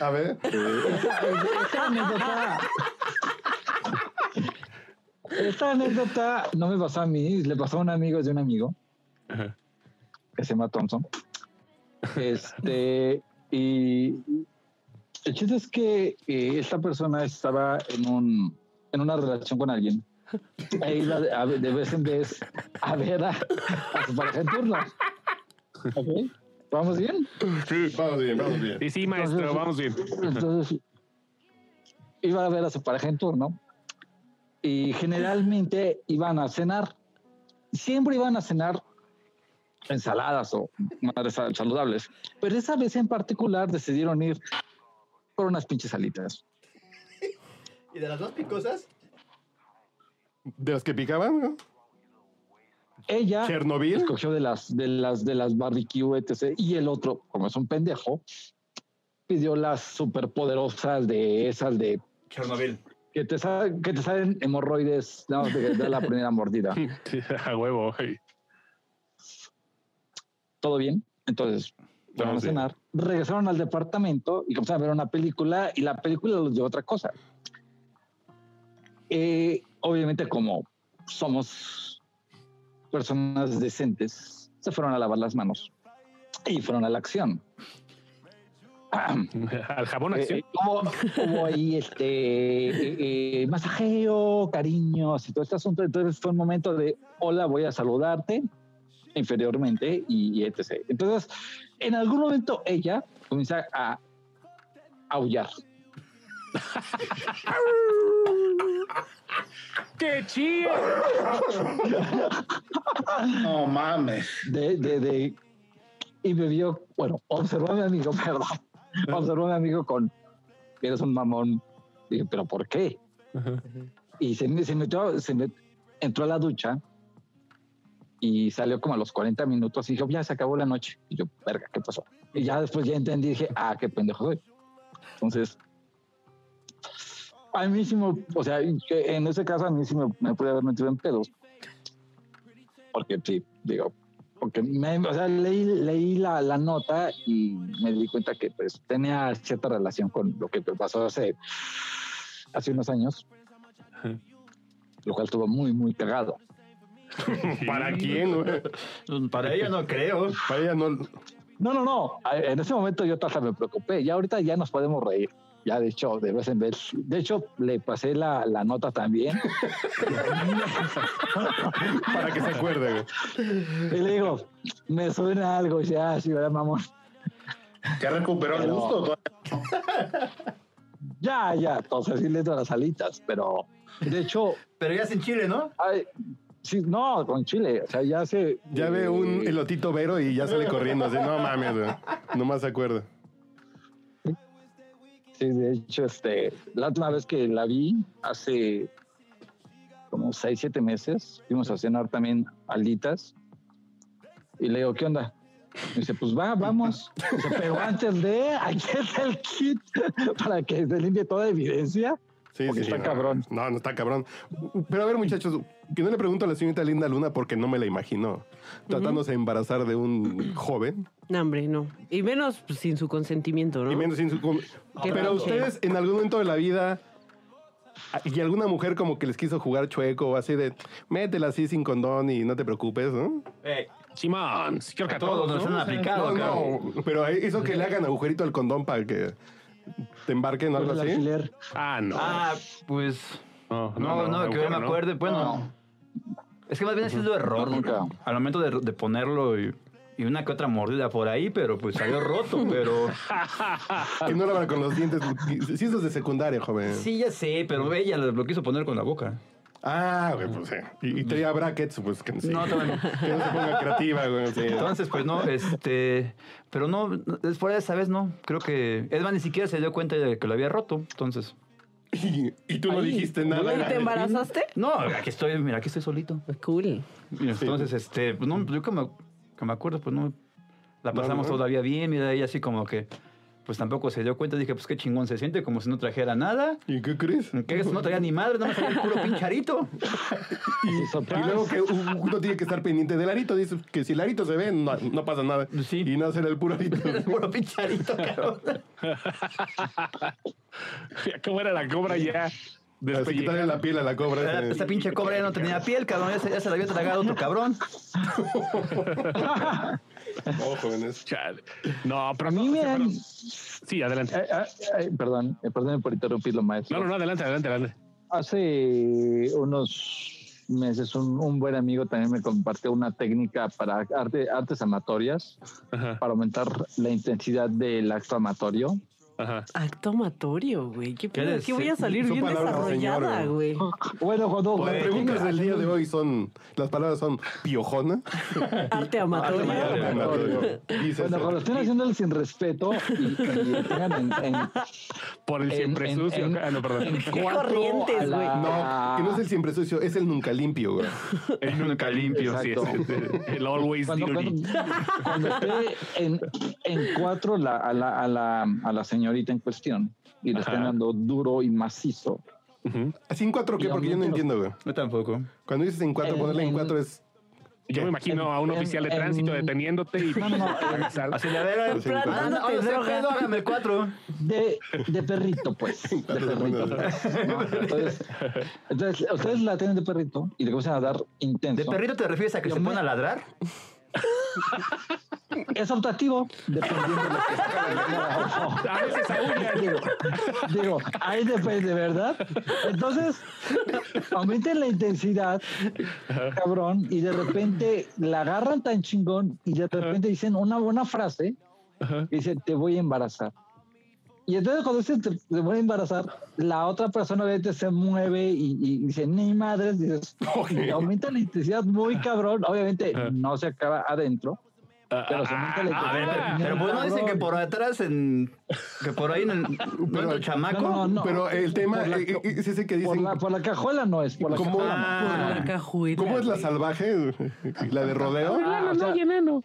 Speaker 4: A ver.
Speaker 5: Esta anécdota. Esta anécdota no me pasó a mí, le pasó a un amigo es de un amigo
Speaker 3: Ajá.
Speaker 5: que se llama Thompson. Este, y el chiste es que eh, esta persona estaba en, un, en una relación con alguien. E iba de, a- de vez en vez a ver a, a su pareja en turno. Ok, ¿Vamos bien?
Speaker 4: Vamos bien, vamos bien.
Speaker 3: Y sí, maestro, vamos bien.
Speaker 5: Entonces, iba a ver a su pareja en turno y generalmente iban a cenar. Siempre iban a cenar ensaladas o madres sal- saludables. Pero esa vez en particular decidieron ir por unas pinches alitas.
Speaker 7: ¿Y de las dos picosas?
Speaker 2: De las que picaban, ¿no?
Speaker 5: Ella
Speaker 2: Chernobyl.
Speaker 5: escogió de las, de las, de las barbecue, etc. Y el otro, como es un pendejo, pidió las superpoderosas de esas de
Speaker 7: Chernobyl.
Speaker 5: que te, sa- que te salen hemorroides nada más de que te da la primera mordida.
Speaker 3: A huevo. güey.
Speaker 5: todo bien. Entonces, fueron a
Speaker 3: sí.
Speaker 5: cenar, regresaron al departamento y comenzaron a ver una película y la película los llevó a otra cosa. Eh, obviamente, como somos personas decentes, se fueron a lavar las manos y fueron a la acción.
Speaker 3: Al jabón
Speaker 5: Eh,
Speaker 3: acción.
Speaker 5: eh, hubo, hubo ahí este eh, eh, masajeo, cariños y todo este asunto. Entonces fue un momento de hola, voy a saludarte inferiormente y, y etc. Entonces, en algún momento ella comienza a aullar.
Speaker 3: ¡Qué chido!
Speaker 4: No mames.
Speaker 5: de, de, de- y me vio, bueno, observó a mi amigo, perdón, observó a mi amigo con, eres un mamón. Dije, pero ¿por qué? Y se, me- se metió, se me- entró a la ducha y salió como a los 40 minutos y dijo, ya se acabó la noche. Y yo, verga, ¿qué pasó? Y ya después ya entendí, dije, ah, qué pendejo soy. Entonces, a mí sí me, o sea, en ese caso a mí sí me, me pude haber metido en pedos. Porque sí, digo, porque me, o sea, leí, leí la, la nota y me di cuenta que pues tenía cierta relación con lo que pasó hace, hace unos años, lo cual estuvo muy, muy cagado.
Speaker 2: ¿Para quién? güey?
Speaker 7: Para ella no creo.
Speaker 2: Para ella no.
Speaker 5: No, no, no, a- en ese momento yo hasta me preocupé, ya ahorita ya nos podemos reír. Ya, de hecho, de vez en vez. De hecho, le pasé la, la nota también.
Speaker 2: Para que se acuerde, güey.
Speaker 5: Y le digo, me suena algo. Y dice, ah, sí, ¿verdad, mamón?
Speaker 4: Ya recuperó el
Speaker 5: Pero-
Speaker 4: gusto. todavía.
Speaker 5: Ya, ya. Entonces sí le entro a las alitas. Pero, de hecho,
Speaker 7: Pero ya es en Chile, ¿no?
Speaker 5: Ay, sí, no, con Chile. O sea, ya se.
Speaker 2: Ya ve un
Speaker 5: eh,
Speaker 2: elotito vero y ya sale corriendo así. No mames, güey. Nomás se acuerda.
Speaker 5: sí, de hecho, este, la última vez que la vi, hace como seis, siete meses, fuimos a cenar también alitas. Y le digo, ¿qué onda? Me dice, pues va, vamos. Dice, Pero antes de, aquí está el kit para que se limpie toda evidencia.
Speaker 2: Sí,
Speaker 5: Porque está
Speaker 2: no.
Speaker 5: cabrón.
Speaker 2: No, no está cabrón. Pero a ver, muchachos, que no le pregunto a la señorita Linda Luna porque no me la imagino. Tratándose de embarazar de un joven.
Speaker 6: No, hombre, no. Y menos pues, sin su consentimiento, ¿no?
Speaker 2: Y menos sin su com-
Speaker 6: Qué
Speaker 2: Pero
Speaker 6: tonto.
Speaker 2: ustedes en algún momento de la vida ah, y alguna mujer como que les quiso jugar chueco o así de métela así sin condón y no te preocupes, ¿no?
Speaker 7: Eh,
Speaker 3: Simón, sí, creo que a
Speaker 7: todos
Speaker 3: todos.
Speaker 7: nos han aplicado,
Speaker 2: No,
Speaker 7: cabrón.
Speaker 2: no, pero eso que le hagan agujerito al condón para que te embarquen o algo
Speaker 5: El
Speaker 2: así.
Speaker 5: alfiler.
Speaker 3: Ah, no.
Speaker 7: Ah, pues.
Speaker 3: no,
Speaker 7: No, no, que yo me acuerde. Bueno,
Speaker 4: No.
Speaker 7: es que más bien ha sido error.
Speaker 5: Nunca.
Speaker 7: Al momento de, de ponerlo y, y una que otra mordida por ahí, pero pues salió roto, pero.
Speaker 2: Que no lo hagan con los dientes. Sí, eso es de secundaria, joven.
Speaker 7: Sí, ya sé, pero ella lo, lo quiso poner con la boca.
Speaker 2: Ah, güey, pues sí. Y, y traía brackets, pues que, sí.
Speaker 7: No, todavía no.
Speaker 2: que no se ponga creativa, güey. sí.
Speaker 7: Entonces, pues no, este. Pero no, no, es fuera de esa vez no. Creo que. Edma ni siquiera se dio cuenta de que lo había roto. Entonces.
Speaker 2: Y, y tú no
Speaker 5: Ahí,
Speaker 2: dijiste nada.
Speaker 6: ¿Y te embarazaste?
Speaker 7: No, aquí estoy, mira, aquí estoy solito.
Speaker 6: Cool.
Speaker 7: Mira, Entonces, este, pues, no, yo que me, que me acuerdo, pues no. La
Speaker 2: No,
Speaker 7: pasamos
Speaker 2: no.
Speaker 7: todavía bien, mira, ella así como que. pues tampoco se dio cuenta. Dije, pues qué chingón se siente, como si no trajera nada.
Speaker 2: ¿Y qué crees?
Speaker 7: Que no traía ni madre, no me traía el puro pincharito.
Speaker 2: Y, y luego que u- uno tiene que estar pendiente del arito. Dice que si el arito se ve, no, no pasa nada.
Speaker 7: Sí.
Speaker 2: Y no será el puro arito.
Speaker 7: El puro pincharito, cabrón.
Speaker 3: ¿Cómo era la cobra ya?
Speaker 2: Así quitarle la piel a la cobra.
Speaker 5: Ah,
Speaker 7: Esa,
Speaker 2: eh.
Speaker 7: esa pinche cobra ya no tenía piel, cabrón. Ya se, ya se la había tragado tu cabrón.
Speaker 2: Ojo, jóvenes.
Speaker 3: Chale. No, pero
Speaker 5: A mí
Speaker 3: no,
Speaker 5: me Eh,
Speaker 3: pero-
Speaker 5: han-
Speaker 3: Sí, adelante.
Speaker 5: Ay, ay, ay, perdón, eh, perdón por interrumpirlo, maestro.
Speaker 3: No, no, no, adelante, adelante, adelante.
Speaker 5: Hace unos meses un, un buen amigo también me compartió una técnica para arte- artes amatorias
Speaker 3: Ajá,
Speaker 5: para aumentar la intensidad del acto amatorio.
Speaker 3: ajá.
Speaker 6: Acto amatorio, güey. ¿Qué, pedo?
Speaker 7: des-
Speaker 6: Aquí voy a salir
Speaker 2: son
Speaker 6: bien
Speaker 2: palabras de
Speaker 6: desarrollada,
Speaker 2: señor,
Speaker 6: güey.
Speaker 5: Bueno, cuando
Speaker 2: Las preguntas Pues, del día de hoy son, las palabras son piojona.
Speaker 6: Arte amatorio.
Speaker 2: Amatorio. Dice
Speaker 5: Bueno, cuando estén haciendo el sin respeto y, y tengan en, en,
Speaker 3: Por el
Speaker 5: en-
Speaker 3: siempre
Speaker 5: en-
Speaker 3: sucio.
Speaker 5: en-
Speaker 3: Ah, no, perdón.
Speaker 5: en cuatro
Speaker 6: corrientes,
Speaker 5: a la-
Speaker 6: güey.
Speaker 2: No, que no es el siempre sucio, es el nunca limpio, güey.
Speaker 3: El nunca limpio, sí.
Speaker 5: Exacto.
Speaker 3: es- es- El always
Speaker 5: Cuando,
Speaker 3: dirty.
Speaker 5: cuando- cuando esté en, en cuatro la- a, la, a, la, a la señorita en cuestión y le estén
Speaker 3: Ajá.
Speaker 5: dando duro y macizo.
Speaker 3: Ujú.
Speaker 2: Así en cuatro, ¿qué?
Speaker 5: Y
Speaker 2: Porque yo no
Speaker 5: aumento-
Speaker 2: entiendo, güey.
Speaker 7: No tampoco.
Speaker 2: Cuando dices en cuatro,
Speaker 5: En-
Speaker 2: ponerle en
Speaker 5: en-
Speaker 2: cuatro es...
Speaker 3: Yo me imagino a un
Speaker 5: En-
Speaker 3: oficial de
Speaker 5: en-
Speaker 3: tránsito deteniéndote y
Speaker 5: No, no, no, en-
Speaker 3: Agasajo.
Speaker 7: Así de a ver,
Speaker 2: Así en cuatro.
Speaker 7: anda,
Speaker 6: Dándote
Speaker 7: anda, sé
Speaker 6: droga.
Speaker 7: pedo, hágame el cuatro.
Speaker 5: De, de perrito, pues. De
Speaker 2: se pone
Speaker 5: perrito. pues.
Speaker 2: duro.
Speaker 5: ¿no? Entonces, entonces, ustedes la tienen de perrito y le comienzan a dar intenso.
Speaker 7: ¿De perrito te refieres a que
Speaker 5: Yo
Speaker 7: se
Speaker 5: me-
Speaker 7: pone a ladrar?
Speaker 5: Es optativo, dependiendo de lo que
Speaker 3: A veces aúlla.
Speaker 5: Digo, digo, ahí depende, ¿verdad? Entonces, aumenten la intensidad, cabrón, y de repente la agarran tan chingón y de repente dicen una buena frase,
Speaker 3: Ajá.
Speaker 5: que dice, te voy a embarazar. Y entonces cuando dicen, te, te voy a embarazar, la otra persona obviamente se mueve y, y dice, ni madres, dices, y aumenta la intensidad muy cabrón, obviamente no se acaba adentro. Pero se aumenta la
Speaker 3: Ah,
Speaker 7: A ver,
Speaker 5: intensidad.
Speaker 7: pero, pero pues no dicen que por atrás, en, que por ahí en el, pero, el chamaco.
Speaker 5: No, no, no.
Speaker 2: Pero el tema
Speaker 5: Por la-
Speaker 2: eh, eh, es ese que
Speaker 5: Por
Speaker 2: dicen...
Speaker 5: la, por la cajuela no es, por la
Speaker 2: ¿Cómo?
Speaker 5: cajuela. no.
Speaker 7: Ah,
Speaker 6: Cajuela,
Speaker 2: ¿Cómo es la
Speaker 6: güey.
Speaker 2: salvaje? La de rodeo.
Speaker 5: Ah, o sea,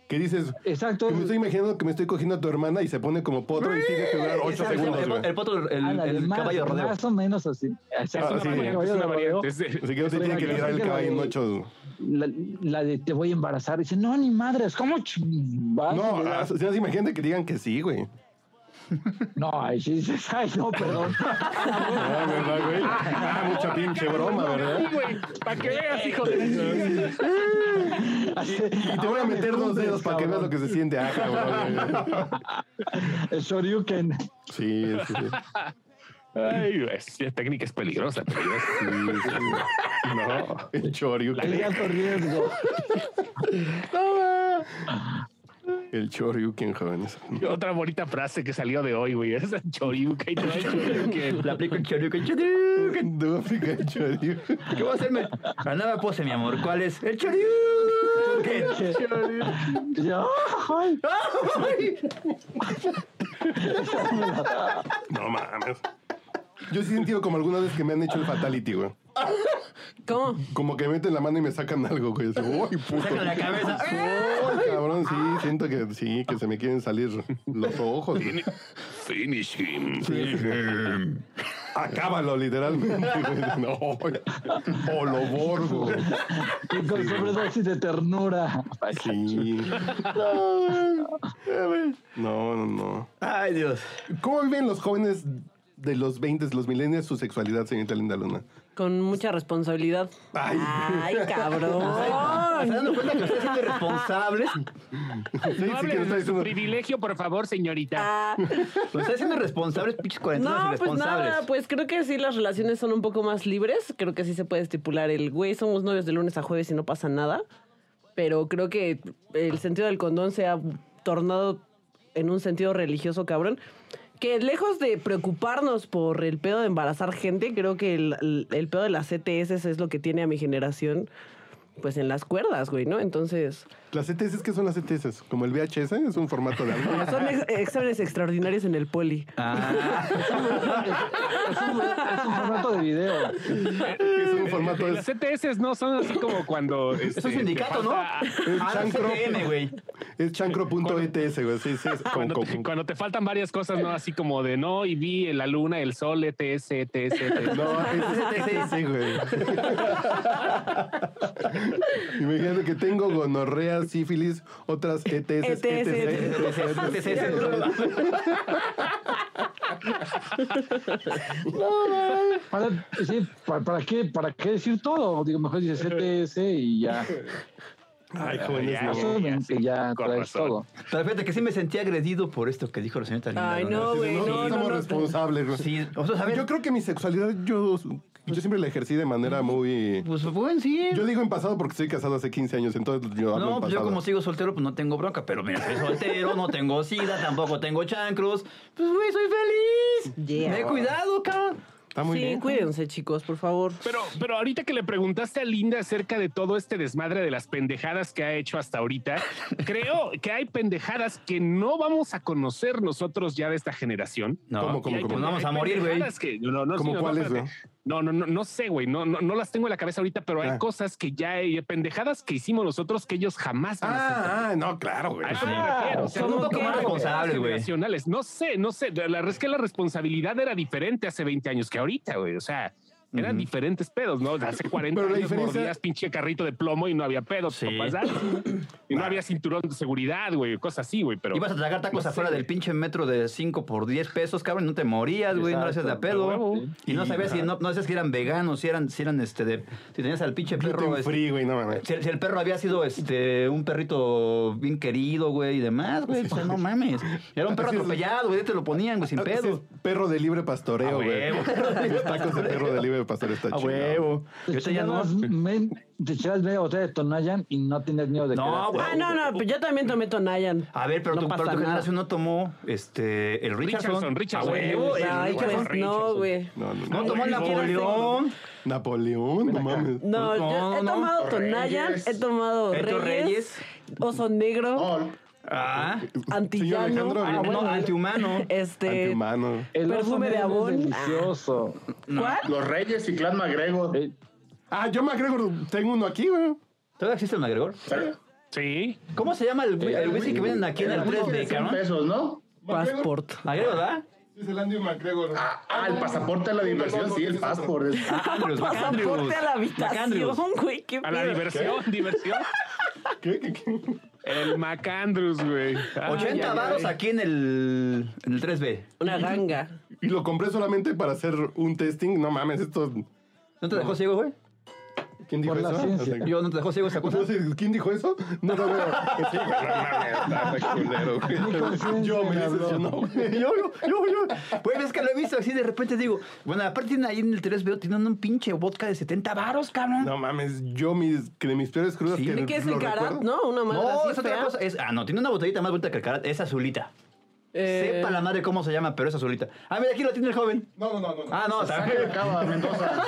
Speaker 2: Que dices,
Speaker 5: Exacto.
Speaker 2: que me estoy imaginando que me estoy cogiendo a tu hermana y se pone como potro y tiene que durar ocho
Speaker 7: el-
Speaker 2: segundos,
Speaker 7: el,
Speaker 2: güey.
Speaker 7: el potro, el,
Speaker 5: Ándale,
Speaker 7: el
Speaker 5: más,
Speaker 7: caballo de rodeo.
Speaker 5: Más o menos así. Exacto.
Speaker 2: una
Speaker 5: Sí.
Speaker 2: variante,
Speaker 5: Caballo de rodeo.
Speaker 2: Así que no se tiene que ligar el caballo en ocho.
Speaker 5: La, la de te voy a embarazar. Dice, no, ni madres, ¿cómo chingada?
Speaker 2: No, ah, o sea, imagínate que digan que sí, güey.
Speaker 5: No, ahí sí dices, ay, no, perdón.
Speaker 2: Ah, ¿verdad, güey? Ah, mucha pinche broma, ¿verdad?
Speaker 3: Para que veas, hijo de...
Speaker 2: Y te voy a meter dos dedos para que veas lo que se siente. Ah, cabrón. güey.
Speaker 5: El Shoryuken.
Speaker 2: Sí, sí, sí.
Speaker 3: Ay, esa técnica es peligrosa, peligrosa.
Speaker 2: No, el Choryuken.
Speaker 5: El alto riesgo.
Speaker 2: El Choryuken, jóvenes.
Speaker 3: Otra bonita frase que salió de hoy, güey. Esa choriuca y todo el choriuken.
Speaker 7: La aplico el choriuken. choriuken.
Speaker 2: Debo aplicar el Choryuken.
Speaker 7: ¿Qué voy a hacerme? La nueva pose, mi amor. ¿Cuál es? El choriuken.
Speaker 5: Yo, ay,
Speaker 7: ¡Ay!
Speaker 2: No mames. Yo sí he sentido como algunas veces que me han hecho el fatality, güey.
Speaker 6: ¿Cómo?
Speaker 2: Como que meten la mano y me sacan algo, güey. Así, Uy, puto.
Speaker 7: Saca la cabeza. ¡Ah!
Speaker 2: Uy, cabrón, sí,
Speaker 3: Ah.
Speaker 2: siento que sí, que se me quieren salir los ojos. güey.
Speaker 3: Finish him.
Speaker 2: Acábalo, literalmente. güey. No, güey. o lo borgo.
Speaker 5: y con sobredosis de ternura.
Speaker 2: Sí. No, no, no.
Speaker 7: Ay, Dios.
Speaker 2: ¿Cómo viven los jóvenes de los 20, los milenios, su sexualidad, señorita Linda Luna?
Speaker 6: Con mucha responsabilidad.
Speaker 2: Ay.
Speaker 6: Ay, cabrón.
Speaker 7: ¿Se dando cuenta que ustedes son irresponsables?
Speaker 2: Sí, sí,
Speaker 3: No
Speaker 2: que
Speaker 3: hables de
Speaker 2: lo está
Speaker 3: su
Speaker 2: diciendo.
Speaker 3: privilegio, por favor, señorita.
Speaker 6: Ah,
Speaker 7: Los están haciendo irresponsables, pinches cuarentenas
Speaker 6: no, pues
Speaker 7: irresponsables.
Speaker 6: nada, pues creo que sí las relaciones son un poco más libres. Creo que sí se puede estipular el güey, somos novios de lunes a jueves y no pasa nada. Pero creo que el sentido del condón se ha tornado en un sentido religioso, cabrón. Que lejos de preocuparnos por el pedo de embarazar gente, creo que el, el- el pedo de las CTS es lo que tiene a mi generación pues en las cuerdas, güey, ¿no? Entonces,
Speaker 2: Las E ETS, ¿qué son las ETS? Como el VHS, es un formato de algo.
Speaker 6: son ex- exámenes extraordinarios en el poli.
Speaker 7: Ah,
Speaker 5: Es un, es un formato de video.
Speaker 2: es un formato de
Speaker 3: Las ETS no son así como cuando.
Speaker 7: es
Speaker 3: este,
Speaker 7: un sindicato,
Speaker 3: te
Speaker 7: ¿no?
Speaker 3: falta-
Speaker 7: Ah, no,
Speaker 2: chancro.
Speaker 7: CTM, güey.
Speaker 2: Es chancro.ets, güey. Sí, sí, es como,
Speaker 3: Cuando te,
Speaker 2: como-
Speaker 3: cuando te faltan varias cosas, ¿no? Así como de no, y vi la luna, el sol, ETS, ETS, ETS.
Speaker 2: No, es ETS, güey. Imagínate que tengo gonorrea, sífilis, otras E ETS, ETS,
Speaker 6: ETS.
Speaker 2: ETS, ETS, ETS.
Speaker 5: Para, sí, ¿para, para qué, ¿Para qué decir todo? Digo, mejor dices ETS y ya.
Speaker 2: Ay, jóvenes,
Speaker 3: Ya,
Speaker 2: no.
Speaker 5: Asumen
Speaker 3: sí,
Speaker 5: que ya
Speaker 3: con
Speaker 5: traes
Speaker 3: razón.
Speaker 5: todo.
Speaker 7: Pero fíjate que sí me sentí agredido por esto que dijo la señorita Linda.
Speaker 6: Ay, no, güey,
Speaker 2: E No,
Speaker 6: no, no,
Speaker 2: somos
Speaker 6: no.
Speaker 2: responsables, güey.
Speaker 7: Sí, o sea, a ver,
Speaker 2: Yo creo que mi sexualidad, yo, yo siempre la ejercí de manera muy...
Speaker 7: pues bueno, sí.
Speaker 2: Yo digo en pasado porque estoy casado hace 15 años, entonces yo hablo
Speaker 7: No,
Speaker 2: en
Speaker 7: pues yo
Speaker 2: pasado.
Speaker 7: como sigo soltero, pues no tengo bronca, pero mira, soy soltero, no tengo sida, tampoco tengo chancros. Pues güey, soy feliz.
Speaker 6: Yeah.
Speaker 7: Me he cuidado, cabrón.
Speaker 2: Está muy
Speaker 6: sí,
Speaker 2: bien.
Speaker 6: cuídense, chicos, por favor.
Speaker 3: Pero, pero ahorita que le preguntaste a Linda acerca de todo este desmadre de las pendejadas que ha hecho hasta ahorita, creo que hay pendejadas que no vamos a conocer nosotros ya de esta generación.
Speaker 7: No,
Speaker 2: ¿Cómo, cómo,
Speaker 3: Y hay
Speaker 2: cómo?
Speaker 7: Pues
Speaker 3: pende-
Speaker 7: vamos a
Speaker 3: hay
Speaker 7: morir, güey.
Speaker 3: pendejadas que- no, no,
Speaker 2: ¿Cómo
Speaker 3: sí, no,
Speaker 2: cuáles,
Speaker 3: espérate. No, no, no, no sé, güey. No, no, no las tengo en la cabeza ahorita, pero hay
Speaker 2: Ah.
Speaker 3: cosas que ya hay pendejadas que hicimos nosotros que ellos jamás van a hacer.
Speaker 2: Ah, ah, no, claro, güey.
Speaker 3: A eso me refiero, o sea,
Speaker 7: Son un poco
Speaker 3: que-
Speaker 7: más responsables, güey.
Speaker 3: generacionales. No sé, no sé. La verdad es que la responsabilidad era diferente hace 20 años que ahorita, güey. O sea, eran diferentes pedos, ¿no? Hace 40
Speaker 2: Pero la
Speaker 3: años
Speaker 2: diferencia-
Speaker 3: mordías pinche carrito de plomo y no había pedos.
Speaker 7: Sí.
Speaker 3: papás, ¿sabes? y no había cinturón de seguridad, güey, cosas así, güey. Pero
Speaker 7: Ibas a tragar tacos afuera del pinche metro de 5 por 10 pesos, cabrón, y no te morías, güey, no
Speaker 5: Exacto,
Speaker 7: gracias de a
Speaker 5: de
Speaker 7: pedo.
Speaker 5: huevo.
Speaker 7: Y no sabías si no, no sabías si eran veganos, si eran, si eran este de. Si tenías al pinche perro.
Speaker 2: Gluten
Speaker 7: este,
Speaker 2: free, güey, no mames.
Speaker 7: si, el- si el perro había sido este un perrito bien querido, güey, y demás, güey. O sea, no mames. Era un perro
Speaker 2: Así es.
Speaker 7: atropellado, güey, te lo ponían, güey, sin
Speaker 2: Ah, sí, es
Speaker 7: pedo.
Speaker 2: Perro de libre pastoreo,
Speaker 7: A
Speaker 2: güey.
Speaker 7: huevo.
Speaker 2: Los tacos de perro de libre pastoreo está
Speaker 7: A
Speaker 2: chido.
Speaker 7: huevo. Yo
Speaker 5: Te
Speaker 7: te ya no.
Speaker 5: chingabas men- te chingabas media botella de Tonayan y no tienes miedo de
Speaker 7: No,
Speaker 5: quedarte.
Speaker 7: güey.
Speaker 6: Ah, no, no, pues yo también tomé Tonayan.
Speaker 7: A ver, pero
Speaker 6: no
Speaker 7: tu, pero
Speaker 6: pasa
Speaker 7: tu
Speaker 6: nada.
Speaker 7: generación no tomó este el Richardson.
Speaker 3: Richardson, Richardson.
Speaker 7: A huevo, el
Speaker 6: Ay,
Speaker 7: Richardson.
Speaker 6: pues no, güey.
Speaker 2: No, no, no.
Speaker 7: No tomó
Speaker 6: Ay,
Speaker 7: Napoleón.
Speaker 2: Napoleón, no mames.
Speaker 6: No,
Speaker 7: No,
Speaker 6: yo he
Speaker 7: no.
Speaker 6: tomado
Speaker 4: Reyes.
Speaker 6: Tonayan, he tomado Reyes,
Speaker 7: Beto Reyes.
Speaker 6: Oso Negro,
Speaker 4: No,
Speaker 7: Ah,
Speaker 2: Señor
Speaker 6: Antillano,
Speaker 2: Alejandro,
Speaker 7: ah,
Speaker 2: bueno.
Speaker 7: no, antihumano.
Speaker 6: este,
Speaker 2: Antihumano.
Speaker 5: El oso
Speaker 6: Perfume de
Speaker 5: negro es
Speaker 6: abón.
Speaker 5: Delicioso.
Speaker 6: ¿cuál?
Speaker 4: los Reyes y Clan McGregor.
Speaker 5: Eh,
Speaker 2: Ah, yo McGregor tengo uno aquí, güey.
Speaker 7: ¿Todavía existe el McGregor?
Speaker 4: ¿sabes?
Speaker 3: sí,
Speaker 7: ¿Cómo se llama el güey el güey ese que venden aquí en el
Speaker 4: Era uno
Speaker 7: 3D,
Speaker 4: de 100
Speaker 7: cabrón?
Speaker 4: pesos, ¿no?
Speaker 6: Passport.
Speaker 7: McGregor, ¿verdad?
Speaker 2: Es el Andy McGregor.
Speaker 4: Ah, el pasaporte a la diversión, sí, el pasaporte.
Speaker 7: Andrews,
Speaker 6: Pasaporte a la
Speaker 7: Macandrews.
Speaker 6: habitación, güey, qué
Speaker 3: a la
Speaker 6: pedo.
Speaker 3: diversión, diversión.
Speaker 2: ¿Qué, qué, qué?
Speaker 3: El Macandrus, güey. Ay,
Speaker 7: 80
Speaker 3: ay,
Speaker 7: varos
Speaker 3: ay.
Speaker 7: aquí en el, en el 3B.
Speaker 6: Una ganga.
Speaker 2: Y lo compré solamente para hacer un testing. No mames, esto.
Speaker 7: ¿No te dejó ciego, güey?
Speaker 2: ¿Quién dijo
Speaker 5: Por la
Speaker 2: eso?
Speaker 5: ciencia.
Speaker 2: O sea,
Speaker 7: Yo no te dejó ciego esa cosa.
Speaker 2: no sé, ¿Quién dijo eso? No lo veo. Sí, güey, no mames, está culero, güey.
Speaker 5: Mi conciencia
Speaker 2: Yo me
Speaker 5: me
Speaker 2: dices,
Speaker 5: habló.
Speaker 2: yo no, güey.
Speaker 7: yo, yo, yo, yo. Güey, Pues es que lo he visto así de repente digo, bueno, aparte tienen ahí en el 3 veo tienen un pinche vodka de 70 varos, cabrón.
Speaker 2: No mames, yo mis, que de mis peores crudas
Speaker 7: Sí.
Speaker 2: que,
Speaker 6: ¿Qué es
Speaker 2: lo
Speaker 6: el Karat,
Speaker 2: recuerdo.
Speaker 6: no? Una
Speaker 7: No,
Speaker 6: madre así
Speaker 7: es otra
Speaker 6: fea.
Speaker 7: cosa. Es, ah, no, tiene una botellita más bonita que el carat, es azulita.
Speaker 6: Eh,
Speaker 7: Sepa la madre cómo se llama, pero es azulita. Ah, mira, aquí lo tiene el joven.
Speaker 2: No, no, no, no.
Speaker 7: Ah, no, está.
Speaker 4: Acaba, Mendoza.